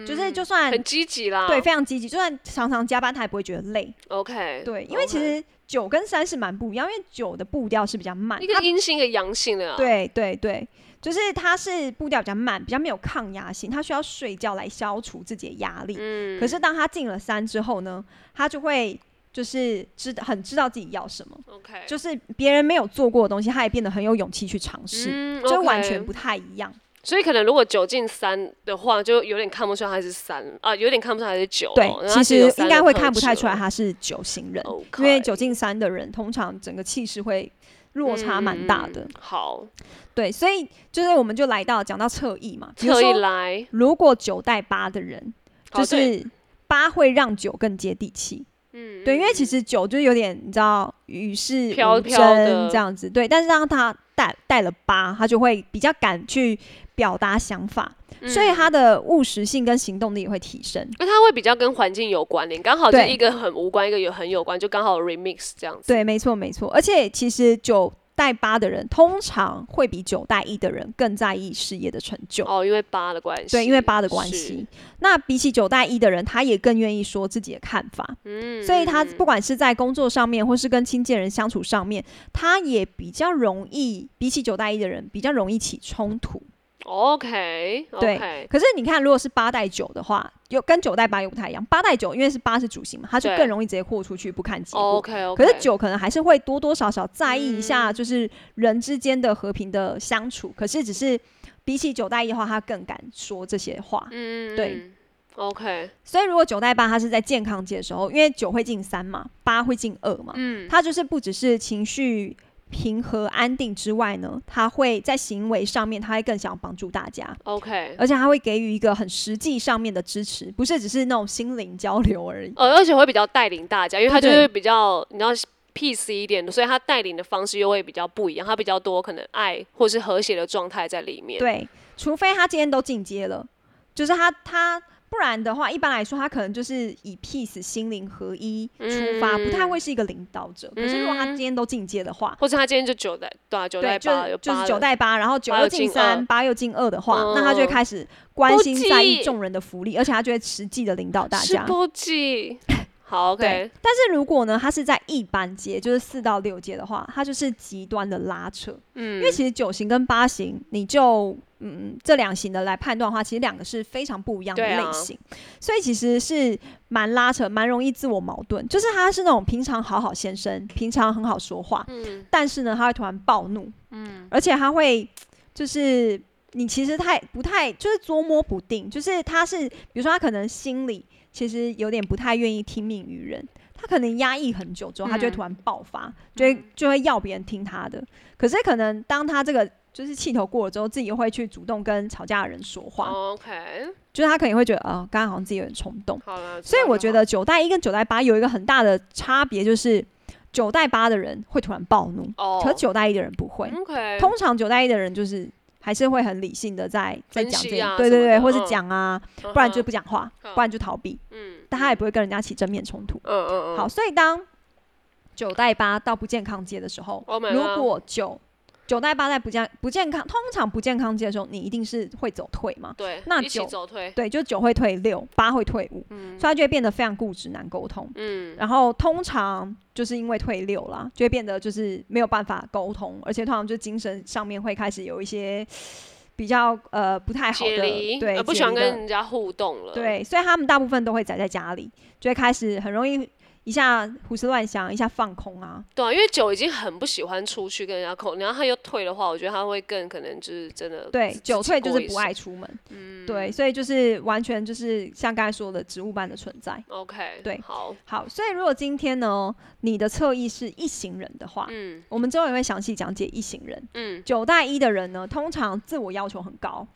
Speaker 1: 就是就算
Speaker 2: 嗯很积极啦。
Speaker 1: 对非常积极，就算常常加班，他也不会觉得累。
Speaker 2: ，OK，
Speaker 1: 对，因为其
Speaker 2: OK
Speaker 1: 实九跟三是蛮不一样，因为九的步调是比较慢，
Speaker 2: 一个
Speaker 1: 它
Speaker 2: 阴性一个阳性的啊。
Speaker 1: 对对对，就是它是步调比较慢，比较没有抗压性，它需要睡觉来消除自己的压力。
Speaker 2: 嗯，
Speaker 1: 可是当他进了三之后呢，他就会就是知很知道自己要什么，
Speaker 2: OK，
Speaker 1: 就是别人没有做过的东西，他也变得很有勇气去尝试，
Speaker 2: 嗯
Speaker 1: 就
Speaker 2: OK
Speaker 1: 完全不太一样。
Speaker 2: 所以可能如果九进三的话，就有点看不出来它是三啊，有点看不出来它是九哦。
Speaker 1: 对
Speaker 2: 那，它
Speaker 1: 其实
Speaker 2: 有三
Speaker 1: 应
Speaker 2: 的
Speaker 1: 该会
Speaker 2: 特
Speaker 1: 看不太
Speaker 2: 质
Speaker 1: 出来
Speaker 2: 了。
Speaker 1: 他是九型人，
Speaker 2: OK
Speaker 1: 因为九进三的人通常整个气势会落差蛮大的。
Speaker 2: 嗯好，
Speaker 1: 对，所以就是我们就来到讲到侧翼嘛，比如
Speaker 2: 特意
Speaker 1: 说
Speaker 2: 来，
Speaker 1: 如果九带八的人，
Speaker 2: 哦
Speaker 1: 就
Speaker 2: 对
Speaker 1: 是八会让九更接地气。
Speaker 2: 嗯，
Speaker 1: 对，因为其
Speaker 2: 嗯
Speaker 1: 实九就是有点你知道与世
Speaker 2: 飘
Speaker 1: 无
Speaker 2: 飘的
Speaker 1: 争这样子，对。但是让他带带了八，他就会比较敢去表达想法，
Speaker 2: 嗯
Speaker 1: 所以他的务实性跟行动力也会提升。
Speaker 2: 那它会比较跟环境有关联，刚好就是
Speaker 1: 对
Speaker 2: 一个很无关，一个有很有关，就刚好 remix 这样子。
Speaker 1: 对，没错没错。而且其实九带八的人通常会比九带一的人更在意事业的成就。
Speaker 2: 哦，因为八的关系，
Speaker 1: 对，因为八的关
Speaker 2: 是
Speaker 1: 系，，那比起九带一的人，他也更愿意说自己的看法。
Speaker 2: 嗯
Speaker 1: 所以他不管是在工作上面，或是跟亲近人相处上面，他也比较容易，比起九代一的人比较容易起冲突。
Speaker 2: OK，
Speaker 1: 对
Speaker 2: o k
Speaker 1: 可是你看，如果是八代九的话，有跟九代八又不太一样。八代九因为是八是主星嘛，他就
Speaker 2: 对
Speaker 1: 更容易直接豁出去不看结果。
Speaker 2: OK OK，
Speaker 1: 可
Speaker 2: 嗯
Speaker 1: 是九可能还是会多多少少在意一下，就是人之间的和平的相处。可是只是比起九代一的话，他更敢说这些话。
Speaker 2: 嗯，
Speaker 1: 对
Speaker 2: 嗯，OK，
Speaker 1: 所以如果九代八他是在健康界的时候，因为九会进三嘛，八会进二嘛，
Speaker 2: 嗯，
Speaker 1: 他就是不只是情绪平和安定之外呢，他会在行为上面，他会更想帮助大家，
Speaker 2: OK，
Speaker 1: 而且他会给予一个很实际上面的支持，不是只是那种心灵交流而已。
Speaker 2: 呃，而且会比较带领大家，因为他就
Speaker 1: 对对
Speaker 2: 是比较你知道 peace 一点，所以他带领的方式又会比较不一样，他比较多可能爱或是和谐的状态在里面。
Speaker 1: 对，除非他今天都进阶了，就是他他。不然的话，一般来说，他可能就是以 peace 心灵合一出发，不太会是一个领导者。可是如果他今天都进阶的话，
Speaker 2: 或者他今天就九代，对啊，九代
Speaker 1: 对，就
Speaker 2: 八有
Speaker 1: 是就
Speaker 2: 八
Speaker 1: 是
Speaker 2: 的
Speaker 1: 九代八，然后九
Speaker 2: 八
Speaker 1: 又
Speaker 2: 又
Speaker 1: 进
Speaker 2: 进
Speaker 1: 三，
Speaker 2: 二
Speaker 1: 八又进二的话，
Speaker 2: 嗯
Speaker 1: 那他就会开始关心
Speaker 2: 不计
Speaker 1: 在意众人的福利，而且他就会实际的领导大
Speaker 2: 是
Speaker 1: 家。<laughs>
Speaker 2: 不记。好
Speaker 1: 对
Speaker 2: ，OK，，
Speaker 1: 但是如果呢，他是在一班阶，就是四到六阶的话，他就是极端的拉扯。
Speaker 2: 嗯，
Speaker 1: 因为其实九型跟八型，你就嗯这两型的来判断的话，其实两个是非常不一样的
Speaker 2: 对啊
Speaker 1: 类型，所以其实是蛮拉扯，蛮容易自我矛盾。就是他是那种平常好好先生，平常很好说话，
Speaker 2: 嗯
Speaker 1: 但是呢，他会突然暴怒，嗯，而且他会就是你其实太不太就是捉摸不定，就是他是比如说他可能心里其实有点不太愿意听命于人，他可能压抑很久之后，他就会
Speaker 2: 嗯
Speaker 1: 突然爆发，就会就会要别人听他的。可是可能当他这个就是气头过了之后，自己又会去主动跟吵架的人说话，
Speaker 2: 哦，OK，
Speaker 1: 就是他可能会觉得啊，刚、刚好像自己有点冲动。
Speaker 2: 好了。
Speaker 1: 所以我觉
Speaker 2: 知道就
Speaker 1: 得九
Speaker 2: 好
Speaker 1: 代一跟九代八有一个很大的差别，就是九代八的人会突然暴怒，
Speaker 2: 哦，嗯
Speaker 1: 可九代一的人不会。
Speaker 2: OK，
Speaker 1: 通常九代一的人就是还是会很理性的在在
Speaker 2: 分
Speaker 1: 讲
Speaker 2: 析
Speaker 1: 这，
Speaker 2: 啊
Speaker 1: 对
Speaker 2: 什
Speaker 1: 对
Speaker 2: 么
Speaker 1: 对，
Speaker 2: 的
Speaker 1: 或是
Speaker 2: 嗯
Speaker 1: 讲啊，
Speaker 2: 嗯
Speaker 1: 不然就
Speaker 2: 哼
Speaker 1: 不讲话，
Speaker 2: 嗯
Speaker 1: 不然就逃避，
Speaker 2: 嗯，
Speaker 1: 但他也不会跟人家起正面冲突。
Speaker 2: 嗯嗯嗯，
Speaker 1: 好，所以当九代八到不健康街的时候
Speaker 2: Oh my，
Speaker 1: 如
Speaker 2: God
Speaker 1: 果九九代八在不健不健康，通常不健康街的时候，你一定是会走退嘛。
Speaker 2: 对，
Speaker 1: 那
Speaker 2: 一起
Speaker 1: 九
Speaker 2: 走退，
Speaker 1: 对，就九会退六，八会退五，所以他就会变得非常固执、难沟通。
Speaker 2: 嗯，
Speaker 1: 然后通常就是因为退六啦，就会变得就是没有办法沟通，而且通常就精神上面会开始有一些比较呃不太好
Speaker 2: 解
Speaker 1: 的，
Speaker 2: 离，
Speaker 1: 对，
Speaker 2: 呃不
Speaker 1: 解
Speaker 2: 喜欢
Speaker 1: 离
Speaker 2: 跟
Speaker 1: 的
Speaker 2: 人家互动了，，
Speaker 1: 对，所以他们大部分都会宅在家里，就会开始很容易一下胡思乱想，一下放空啊。
Speaker 2: 对啊，因为九已经很不喜欢出去跟人家口，然后他又退的话，我觉得他会更可能就是真的
Speaker 1: 对
Speaker 2: 自，
Speaker 1: 久
Speaker 2: 自
Speaker 1: 退
Speaker 2: 己
Speaker 1: 就
Speaker 2: 过
Speaker 1: 是
Speaker 2: 一
Speaker 1: 不
Speaker 2: 生
Speaker 1: 爱出门，对，所以就是完全就是像刚才说的植物般的存在。
Speaker 2: OK，
Speaker 1: 对
Speaker 2: 好，
Speaker 1: 好，所以如果今天呢，你的侧翼是一行人的话，
Speaker 2: 嗯
Speaker 1: 我们之后也会详细讲解一行人。
Speaker 2: 嗯，
Speaker 1: 九带一的人呢，通常自我要求很高，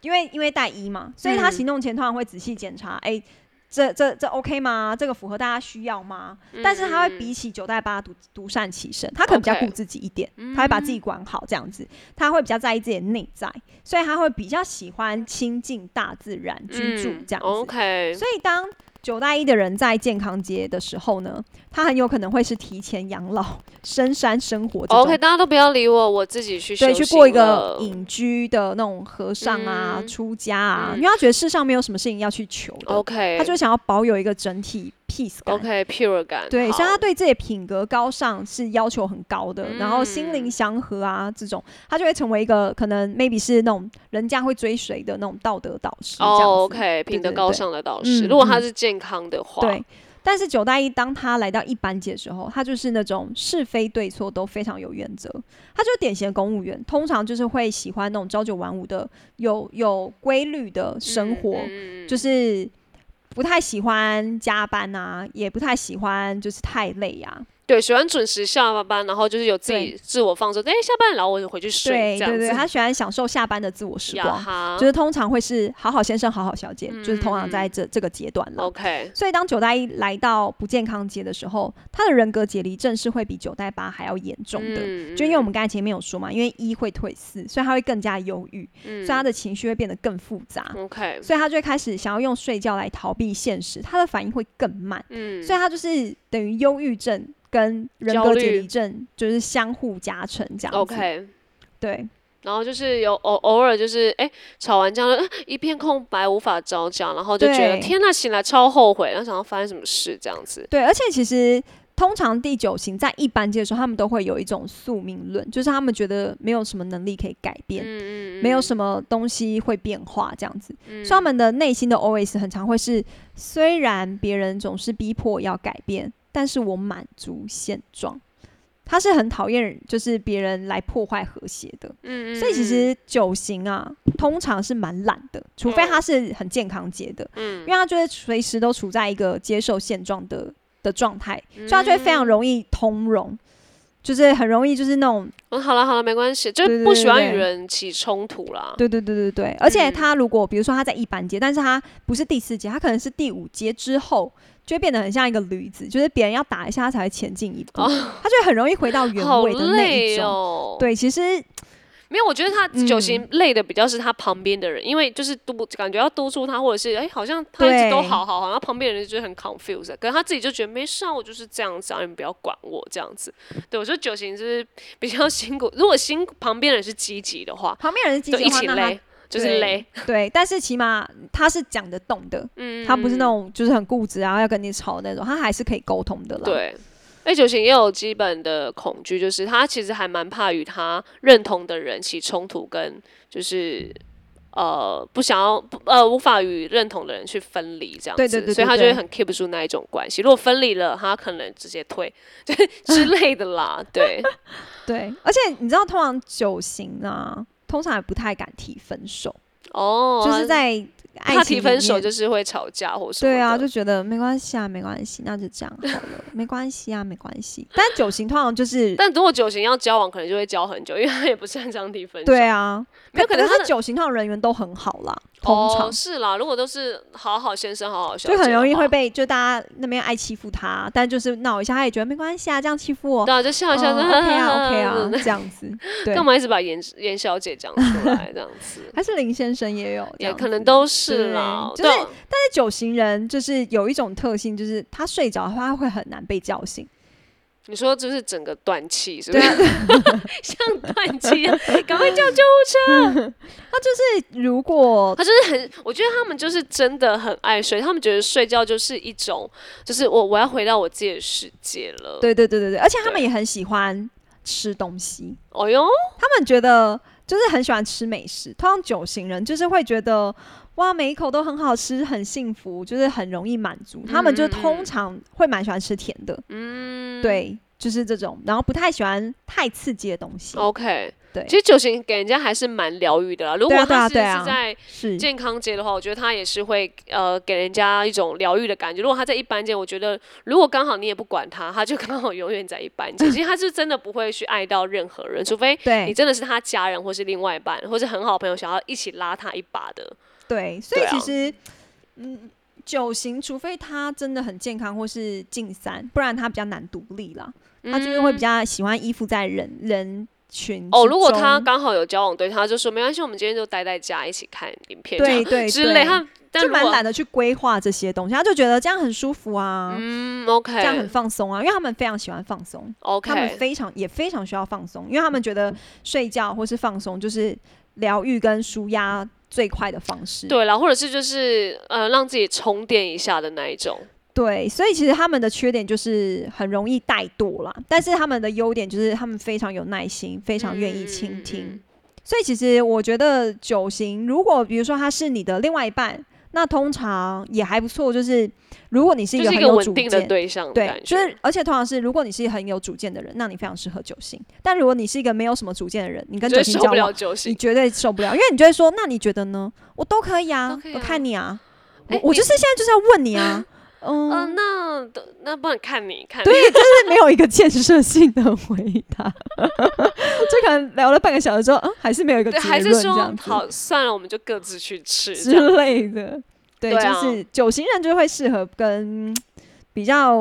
Speaker 1: 因为因为带一嘛，所以他
Speaker 2: 嗯
Speaker 1: 行动前通常会仔细检查，哎、这这这 OK 吗？这个符合大家需要吗？
Speaker 2: 嗯
Speaker 1: 但是他会比起九代八独独善其身，他可能比较
Speaker 2: OK 嗯
Speaker 1: 顾自己一点，他会把自己管好这样子，他会比较在意自己的内在，所以他会比较喜欢亲近大自然居住
Speaker 2: 嗯
Speaker 1: 这样子。
Speaker 2: ，OK，
Speaker 1: 所以当九代一的人在健康街的时候呢，他很有可能会是提前养老、深山生活这种
Speaker 2: 哦 OK，大家都不要理我，我自己去
Speaker 1: 对，
Speaker 2: 修
Speaker 1: 去过一
Speaker 2: 行
Speaker 1: 个
Speaker 2: 了
Speaker 1: 隐居的那种和尚啊、
Speaker 2: 嗯
Speaker 1: 出家啊，
Speaker 2: 嗯
Speaker 1: 因为他觉得世上没有什么事情要去求的
Speaker 2: OK，
Speaker 1: 他就想要保有一个整体 peace 感。
Speaker 2: OK pure 感，
Speaker 1: 对，所以他
Speaker 2: 好
Speaker 1: 对自己的品格高尚是要求很高的，然后心灵
Speaker 2: 嗯
Speaker 1: 祥和啊这种，他就会成为一个可能 maybe 是那种人家会追随的那种道德导师这样子。
Speaker 2: 哦，OK，品
Speaker 1: 对
Speaker 2: 德
Speaker 1: 对
Speaker 2: 高
Speaker 1: 对
Speaker 2: 尚的导
Speaker 1: 嗯
Speaker 2: 师，如果他
Speaker 1: 嗯
Speaker 2: 是健康的话，嗯
Speaker 1: 对，但是九代一当他来到一班级的时候，他就是那种是非对错都非常有原则，他就是典型的公务员，通常就是会喜欢那种朝九晚五的、有有规律的生活，
Speaker 2: 嗯，嗯
Speaker 1: 就是不太喜欢加班啊，也不太喜欢就是太累啊。
Speaker 2: 对，喜欢准时下班，然后就是有自
Speaker 1: 对
Speaker 2: 己自我放松。哎，下班了，我就回去睡，
Speaker 1: 对
Speaker 2: 这样
Speaker 1: 对
Speaker 2: 子。
Speaker 1: 对，他喜欢享受下班的自我时
Speaker 2: 呀
Speaker 1: 光，
Speaker 2: 哈，
Speaker 1: 就是通常会是好好先生、好好小姐，就是通常在这这个阶段了。
Speaker 2: 嗯 OK，
Speaker 1: 所以当九代一来到不健康街的时候，他的人格解离症是会比九代八还要严重的。
Speaker 2: 嗯
Speaker 1: 就因为我们刚才前面有说嘛，因为一会退四，所以他会更加忧郁，所以
Speaker 2: 嗯
Speaker 1: 他的情绪会变得更复杂，
Speaker 2: OK，
Speaker 1: 所以他就会开始想要用睡觉来逃避现实，他的反应会更慢，
Speaker 2: 嗯，
Speaker 1: 所以他就是等于忧郁症跟人
Speaker 2: 焦
Speaker 1: 格
Speaker 2: 虑
Speaker 1: 解离症就是相互加成这样子。
Speaker 2: OK，
Speaker 1: 对，
Speaker 2: 然后就是有偶偶尔就是哎、吵完架了，呃一片空白，无法招架，然后就觉得
Speaker 1: 对
Speaker 2: 天呐，醒来超后悔，然后想要发生什么事这样子。
Speaker 1: 对，而且其实通常第九型在一般界的时候，他们都会有一种宿命论，就是他们觉得没有什么能力可以改变，
Speaker 2: 嗯
Speaker 1: 没有什么东西会变化这样子，所以他们的内心的 OS 很常会是，虽然别人总是逼迫要改变，但是我满足现状。他是很讨厌就是别人来破坏和谐的，
Speaker 2: 嗯
Speaker 1: 所以其实九型啊，通常是蛮懒的，除非
Speaker 2: 嗯
Speaker 1: 他是很健康节的，因为他就会随时都处在一个接受现状的的状态，所以他就会
Speaker 2: 嗯
Speaker 1: 非常容易通融，就是很容易就是那种，
Speaker 2: 嗯，好了好了，没关系，就
Speaker 1: 对
Speaker 2: 是
Speaker 1: 对
Speaker 2: 不
Speaker 1: 对
Speaker 2: 喜欢
Speaker 1: 对
Speaker 2: 与人起冲突啦。
Speaker 1: 对对对对对，而且
Speaker 2: 嗯
Speaker 1: 他如果比如说他在一班阶，但是他不是第四阶，他可能是第五阶之后。就会变得很像一个驴子，就是别人要打一下他才会前进一步，
Speaker 2: 哦
Speaker 1: 他就很容易回到原
Speaker 2: 好
Speaker 1: 位的那一
Speaker 2: 累
Speaker 1: 种。
Speaker 2: 哦，，
Speaker 1: 对，其实
Speaker 2: 没有，我觉得他
Speaker 1: 嗯
Speaker 2: 九型累的比较是他旁边的人，因为就是督感觉要督促他，或者是哎、好像他一直
Speaker 1: 对
Speaker 2: 都好好好，然后旁边的人就很 confused，可是他自己就觉得没事啊，我就是这样子啊，你们不要管我这样子。对，我觉得九型就是比较辛苦，如果辛苦旁边的人是积极的话，
Speaker 1: 旁边人积
Speaker 2: 就
Speaker 1: 极
Speaker 2: 一
Speaker 1: 的话，
Speaker 2: 起
Speaker 1: 那他
Speaker 2: 累，就是
Speaker 1: 对
Speaker 2: 累，
Speaker 1: 对，但是起码他是讲得动的，
Speaker 2: 嗯，
Speaker 1: 他不是那
Speaker 2: 嗯
Speaker 1: 种就是很固执然后要跟你吵的那种，他还是可以沟通的啦。，
Speaker 2: 对。A 九型也有基本的恐惧，就是他其实还蛮怕与他认同的人起冲突，跟就是呃不想要不呃无法与认同的人去分离这样子，
Speaker 1: 对对对对
Speaker 2: 所以他就会
Speaker 1: 对
Speaker 2: 很 keep 住那一种关系。如果分离了，他可能直接退， <laughs> 对之类的啦，对，
Speaker 1: 对，而且你知道，通常九型啊，通常也不太敢提分手，
Speaker 2: 哦，
Speaker 1: 就是
Speaker 2: 他
Speaker 1: 在爱
Speaker 2: 怕
Speaker 1: 情
Speaker 2: 提
Speaker 1: 里
Speaker 2: 分手
Speaker 1: 面
Speaker 2: 就是会吵架或什么的，
Speaker 1: 对啊，就觉得没关系啊，没关系，那就这样好了，没关系啊，没关系。但九型通常就是
Speaker 2: 但如果九型要交往，可能就会交很久，因为他也不擅长提分手。
Speaker 1: 对啊，
Speaker 2: 没有可能他
Speaker 1: 是
Speaker 2: 的
Speaker 1: 九型通常人缘都很好啦，通常、
Speaker 2: 哦是啦，如果都是好好先生、好好小姐
Speaker 1: 就
Speaker 2: 的话，
Speaker 1: 很容易会被就大家那边爱欺负他，但就是闹一下，他也觉得没关系啊，这样欺负我。
Speaker 2: 对啊，就笑一笑、 <laughs>
Speaker 1: 嗯 OK 啊，OK 啊，这样子，对
Speaker 2: 干，嘛一直把严严小姐讲出来这样
Speaker 1: <laughs>
Speaker 2: 子？
Speaker 1: 还是林先生也有这
Speaker 2: 也
Speaker 1: 样子，
Speaker 2: 可能都是啦，
Speaker 1: 对就是
Speaker 2: 啊
Speaker 1: 但是九型人就是有一种特性，就是他睡着的话他会很难被叫醒。
Speaker 2: 你说就是整个断气，是不
Speaker 1: 对
Speaker 2: 是？
Speaker 1: 啊，对
Speaker 2: <laughs> 像断气一 <laughs> 样，赶快叫救！
Speaker 1: 如果
Speaker 2: 他就是很，我觉得他们就是真的很爱睡，他们觉得睡觉就是一种，就是我我要回到我自己的世界了。，
Speaker 1: 对对对对对，而且他们
Speaker 2: 对
Speaker 1: 也很喜欢吃东西，
Speaker 2: 哦哟，
Speaker 1: 他们觉得就是很喜欢吃美食。通常九型人就是会觉得哇，每一口都很好吃，很幸福，就是很容易满足。他们就通常会蛮喜欢吃甜的，
Speaker 2: 嗯，
Speaker 1: 对，就是这种，然后不太喜欢太刺激的东西。
Speaker 2: 哦，OK，
Speaker 1: 对
Speaker 2: 其实九型给人家还是蛮疗愈的啦。如
Speaker 1: 对
Speaker 2: 果
Speaker 1: 啊对
Speaker 2: 他
Speaker 1: 啊
Speaker 2: 是
Speaker 1: 对啊
Speaker 2: 是在
Speaker 1: 是，
Speaker 2: 健康街的话，我觉得它也是会呃给人家一种疗愈的感觉。如果他在一般街，我觉得如果刚好你也不管他，他就刚好永远在一般
Speaker 1: 嗯
Speaker 2: 街。其实他是真的不会去爱到任何人，除非你
Speaker 1: 对
Speaker 2: 真的是他家人或是另外一半，或是很好的朋友想要一起拉他一把的。
Speaker 1: 对，所以
Speaker 2: 对啊
Speaker 1: 其实，嗯，九型除非他真的很健康或是近三，不然他比较难独立啦。
Speaker 2: 嗯
Speaker 1: 他就是会比较喜欢依附在人人群
Speaker 2: 哦，
Speaker 1: 之
Speaker 2: 如果他
Speaker 1: 中
Speaker 2: 刚好有交往对象，他就说没关系，我们今天就待在家一起看影片，这
Speaker 1: 对
Speaker 2: 样
Speaker 1: 对
Speaker 2: 之类。
Speaker 1: 对
Speaker 2: 他但
Speaker 1: 就
Speaker 2: 如
Speaker 1: 蛮
Speaker 2: 果
Speaker 1: 懒得去规划这些东西，他就觉得这样很舒服啊，
Speaker 2: 嗯
Speaker 1: 这样很
Speaker 2: ，OK
Speaker 1: 放松啊，因为他们非常喜欢放松。他们
Speaker 2: OK，
Speaker 1: 非常也非常需要放松，因为他们觉得睡觉或是放松就是疗愈跟舒压最快的方式。
Speaker 2: 对啦，或者是就是呃让自己充电一下的那一种。
Speaker 1: 对，所以其实他们的缺点就是很容易怠惰啦，但是他们的优点就是他们非常有耐心，非常愿意倾听。
Speaker 2: 嗯嗯嗯
Speaker 1: 所以其实我觉得九型，如果比如说他是你的另外一半，那通常也还不错。就是如果你是一个
Speaker 2: 就是一
Speaker 1: 很
Speaker 2: 个
Speaker 1: 有
Speaker 2: 稳
Speaker 1: 主
Speaker 2: 定的
Speaker 1: 见，
Speaker 2: 对象的
Speaker 1: 对
Speaker 2: 感，觉，
Speaker 1: 就是而且通常是如果你是很有主见的人，那你非常适合九型。但如果你是一个没有什么主见的人，你跟
Speaker 2: 就
Speaker 1: 九
Speaker 2: 是
Speaker 1: 型
Speaker 2: 受
Speaker 1: 交
Speaker 2: 不了
Speaker 1: 往，
Speaker 2: 酒
Speaker 1: 你
Speaker 2: 醒。
Speaker 1: 绝对受不了，因为你就会说，那你觉得呢？我都可以啊，
Speaker 2: 都可以
Speaker 1: 我
Speaker 2: 啊
Speaker 1: 看你啊，
Speaker 2: 哎
Speaker 1: 我我
Speaker 2: 你
Speaker 1: 就是现在就是要问你
Speaker 2: <laughs>
Speaker 1: 啊，嗯，
Speaker 2: 嗯、那的那不然看你看你，
Speaker 1: 对，就是 <laughs> 没有一个建设性的回答， <laughs> 就可能聊了半个小时之后，嗯，还是没有一个结
Speaker 2: 对，还
Speaker 1: 论
Speaker 2: 是
Speaker 1: 这
Speaker 2: 说
Speaker 1: 样子
Speaker 2: 好算了，我们就各自去吃这样。
Speaker 1: 之类的。对，
Speaker 2: 对啊
Speaker 1: 就是九型人就会适合跟比较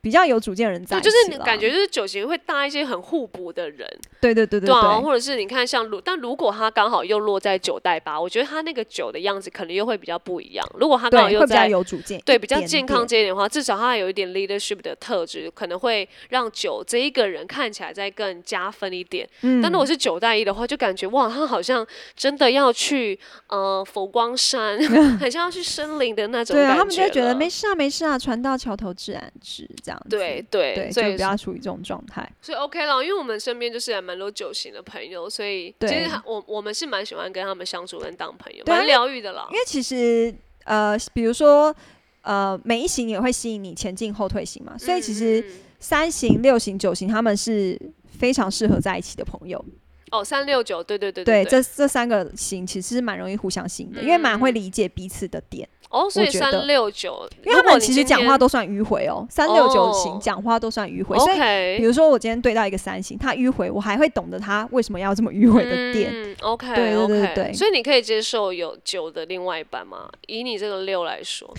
Speaker 1: 比较有主见的人在
Speaker 2: 对，
Speaker 1: 一
Speaker 2: 就是
Speaker 1: 起
Speaker 2: 你
Speaker 1: 啦
Speaker 2: 感觉就是九型会搭一些很互补的人，
Speaker 1: 对对对对
Speaker 2: 对啊，
Speaker 1: 对，
Speaker 2: 或者是你看像如，但如果他刚好又落在九代八，我觉得他那个九的样子可能又会比较不一样。如果他刚好
Speaker 1: 对
Speaker 2: 又
Speaker 1: 会比较
Speaker 2: 在
Speaker 1: 有主见一点点，
Speaker 2: 对比较健康这一点的话，至少他有一点 leadership 的特质，可能会让九这一个人看起来再更加分一点。
Speaker 1: 嗯，
Speaker 2: 但如果是九代一的话，就感觉哇，他好像真的要去呃佛光
Speaker 1: <laughs>
Speaker 2: 山，很像要去森林的那种
Speaker 1: 对啊，
Speaker 2: 感觉了。
Speaker 1: 他们就会觉得没事啊，没事啊，船到桥头自然直这样子。
Speaker 2: 对对，
Speaker 1: 对，
Speaker 2: 所
Speaker 1: 就
Speaker 2: 以
Speaker 1: 比较处于这种状态。
Speaker 2: 所以 OK 了，因为我们身边就是还蛮多酒型的朋友，所以其
Speaker 1: 对
Speaker 2: 实还我我们是蛮喜欢跟他们相处跟当朋友，
Speaker 1: 对啊
Speaker 2: 蛮疗愈的啦
Speaker 1: 因。为其实呃，比如说呃，每一型也会吸引你前进后退型嘛，所以其实
Speaker 2: 嗯嗯嗯
Speaker 1: 三型、六型、九型他们是非常适合在一起的朋友。
Speaker 2: 哦，三六九，对对对
Speaker 1: 对，
Speaker 2: 对嗯
Speaker 1: 这这三个型其实是蛮容易互相吸引的，因为蛮会理解彼此的点，
Speaker 2: 哦，所以
Speaker 1: 我觉得
Speaker 2: 三六九，
Speaker 1: 因为他们其实讲话都算迂回哦，三六九型
Speaker 2: 哦
Speaker 1: 讲话都算迂回，所以。比
Speaker 2: OK
Speaker 1: 如说，我今天对到一个三型，他迂回，我还会懂得他为什么要这么迂回的点。
Speaker 2: 嗯，OK
Speaker 1: 对对对
Speaker 2: OK，
Speaker 1: 对
Speaker 2: 所以你可以接受有九的另外一半吗？以你这个六来说，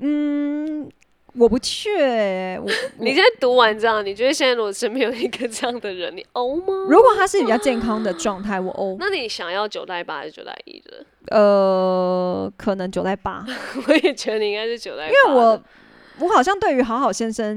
Speaker 1: 嗯，我不确，
Speaker 2: <laughs>
Speaker 1: 我
Speaker 2: 你
Speaker 1: 我
Speaker 2: 现在读完这样，你觉得现在如果身边有一个这样的人，你 O 吗？
Speaker 1: 如果他是比较健康的状态，我哦，
Speaker 2: 那你想要九代八还是九代一的？ <laughs>
Speaker 1: 呃，可能九代八，
Speaker 2: 我也觉得你应该是九代八的，
Speaker 1: 因为我我好像对于好好先生，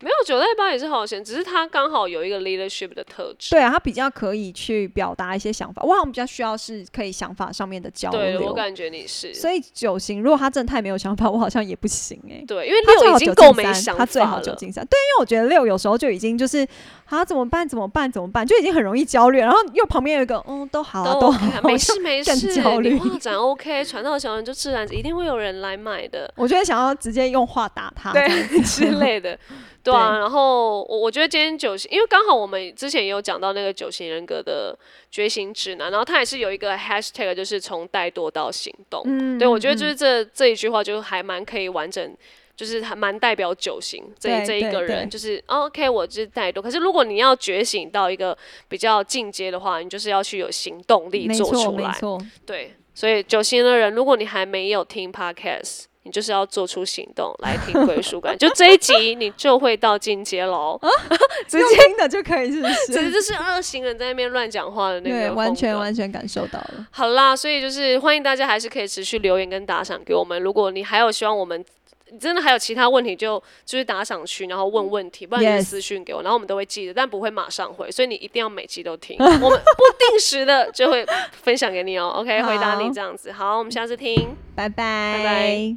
Speaker 2: 没有九代八也是好选，只是他刚好有一个 leadership 的特质。
Speaker 1: 对啊，他比较可以去表达一些想法，我好像比较需要是可以想法上面的交
Speaker 2: 对，我
Speaker 1: 流，
Speaker 2: 感觉你是
Speaker 1: 所以九型如果他真的太没有想法，我好像也不行哎、
Speaker 2: 对，因为
Speaker 1: 他最
Speaker 2: 六
Speaker 1: 好
Speaker 2: 已
Speaker 1: 九
Speaker 2: 经够
Speaker 1: 进
Speaker 2: 没
Speaker 1: 三，
Speaker 2: 想
Speaker 1: 他
Speaker 2: 法
Speaker 1: 最好九
Speaker 2: 了。
Speaker 1: 进三。对，因为我觉得六有时候就已经就是啊，怎么办？怎么办？怎么办？就已经很容易焦虑。然后又旁边有一个嗯，都好啊，
Speaker 2: 都
Speaker 1: 都
Speaker 2: OK，
Speaker 1: <laughs> 好，
Speaker 2: 没事没
Speaker 1: 更
Speaker 2: 事，
Speaker 1: 焦虑
Speaker 2: 你画展 OK，传到小人就自然，一定会有人来买的，
Speaker 1: 我就会想要直接用话打他。
Speaker 2: 对 <laughs> 之
Speaker 1: <laughs>
Speaker 2: 类的，对啊。然后我我觉得今天九型，因为刚好我们之前也有讲到那个九型人格的觉醒指南，然后它也是有一个 hashtag，就是从怠惰到行动。
Speaker 1: 嗯，
Speaker 2: 对，我觉得
Speaker 1: 嗯
Speaker 2: 就是这这一句话就还蛮可以完整，就是还蛮代表九型这
Speaker 1: 对
Speaker 2: 一这一
Speaker 1: 对
Speaker 2: 个人，
Speaker 1: 对
Speaker 2: 就是哦 OK，我就是怠惰。可是如果你要觉醒到一个比较进阶的话，你就是要去有行动力
Speaker 1: 嗯没
Speaker 2: 做
Speaker 1: 错
Speaker 2: 出
Speaker 1: 没
Speaker 2: 来。
Speaker 1: 错，
Speaker 2: 对，所以九型的人，如果你还没有听 Podcast。你就是要做出行动来听归属感，就这一集你就会到进
Speaker 1: <laughs>
Speaker 2: 阶喽。
Speaker 1: 直接听的就可以，是不
Speaker 2: 其实
Speaker 1: 哦是？
Speaker 2: 这是二型人在那边乱讲话的那个
Speaker 1: 对，完
Speaker 2: 风
Speaker 1: 全
Speaker 2: 格
Speaker 1: 完全感受到了。
Speaker 2: 好啦，所以就是欢迎大家还是可以持续留言跟打赏给我们。如果你还有希望我们你真的还有其他问题就，就是打赏区，然后问问题，不
Speaker 1: 嗯
Speaker 2: 然
Speaker 1: Yes
Speaker 2: 就私讯给我，然后我们都会记得，但不会马上回，所以你一定要每集都 <laughs> 听，我们不定时的就会分享给你哦。OK，回答
Speaker 1: 好
Speaker 2: 你这样子。好，我们下次听。
Speaker 1: 拜拜
Speaker 2: 拜。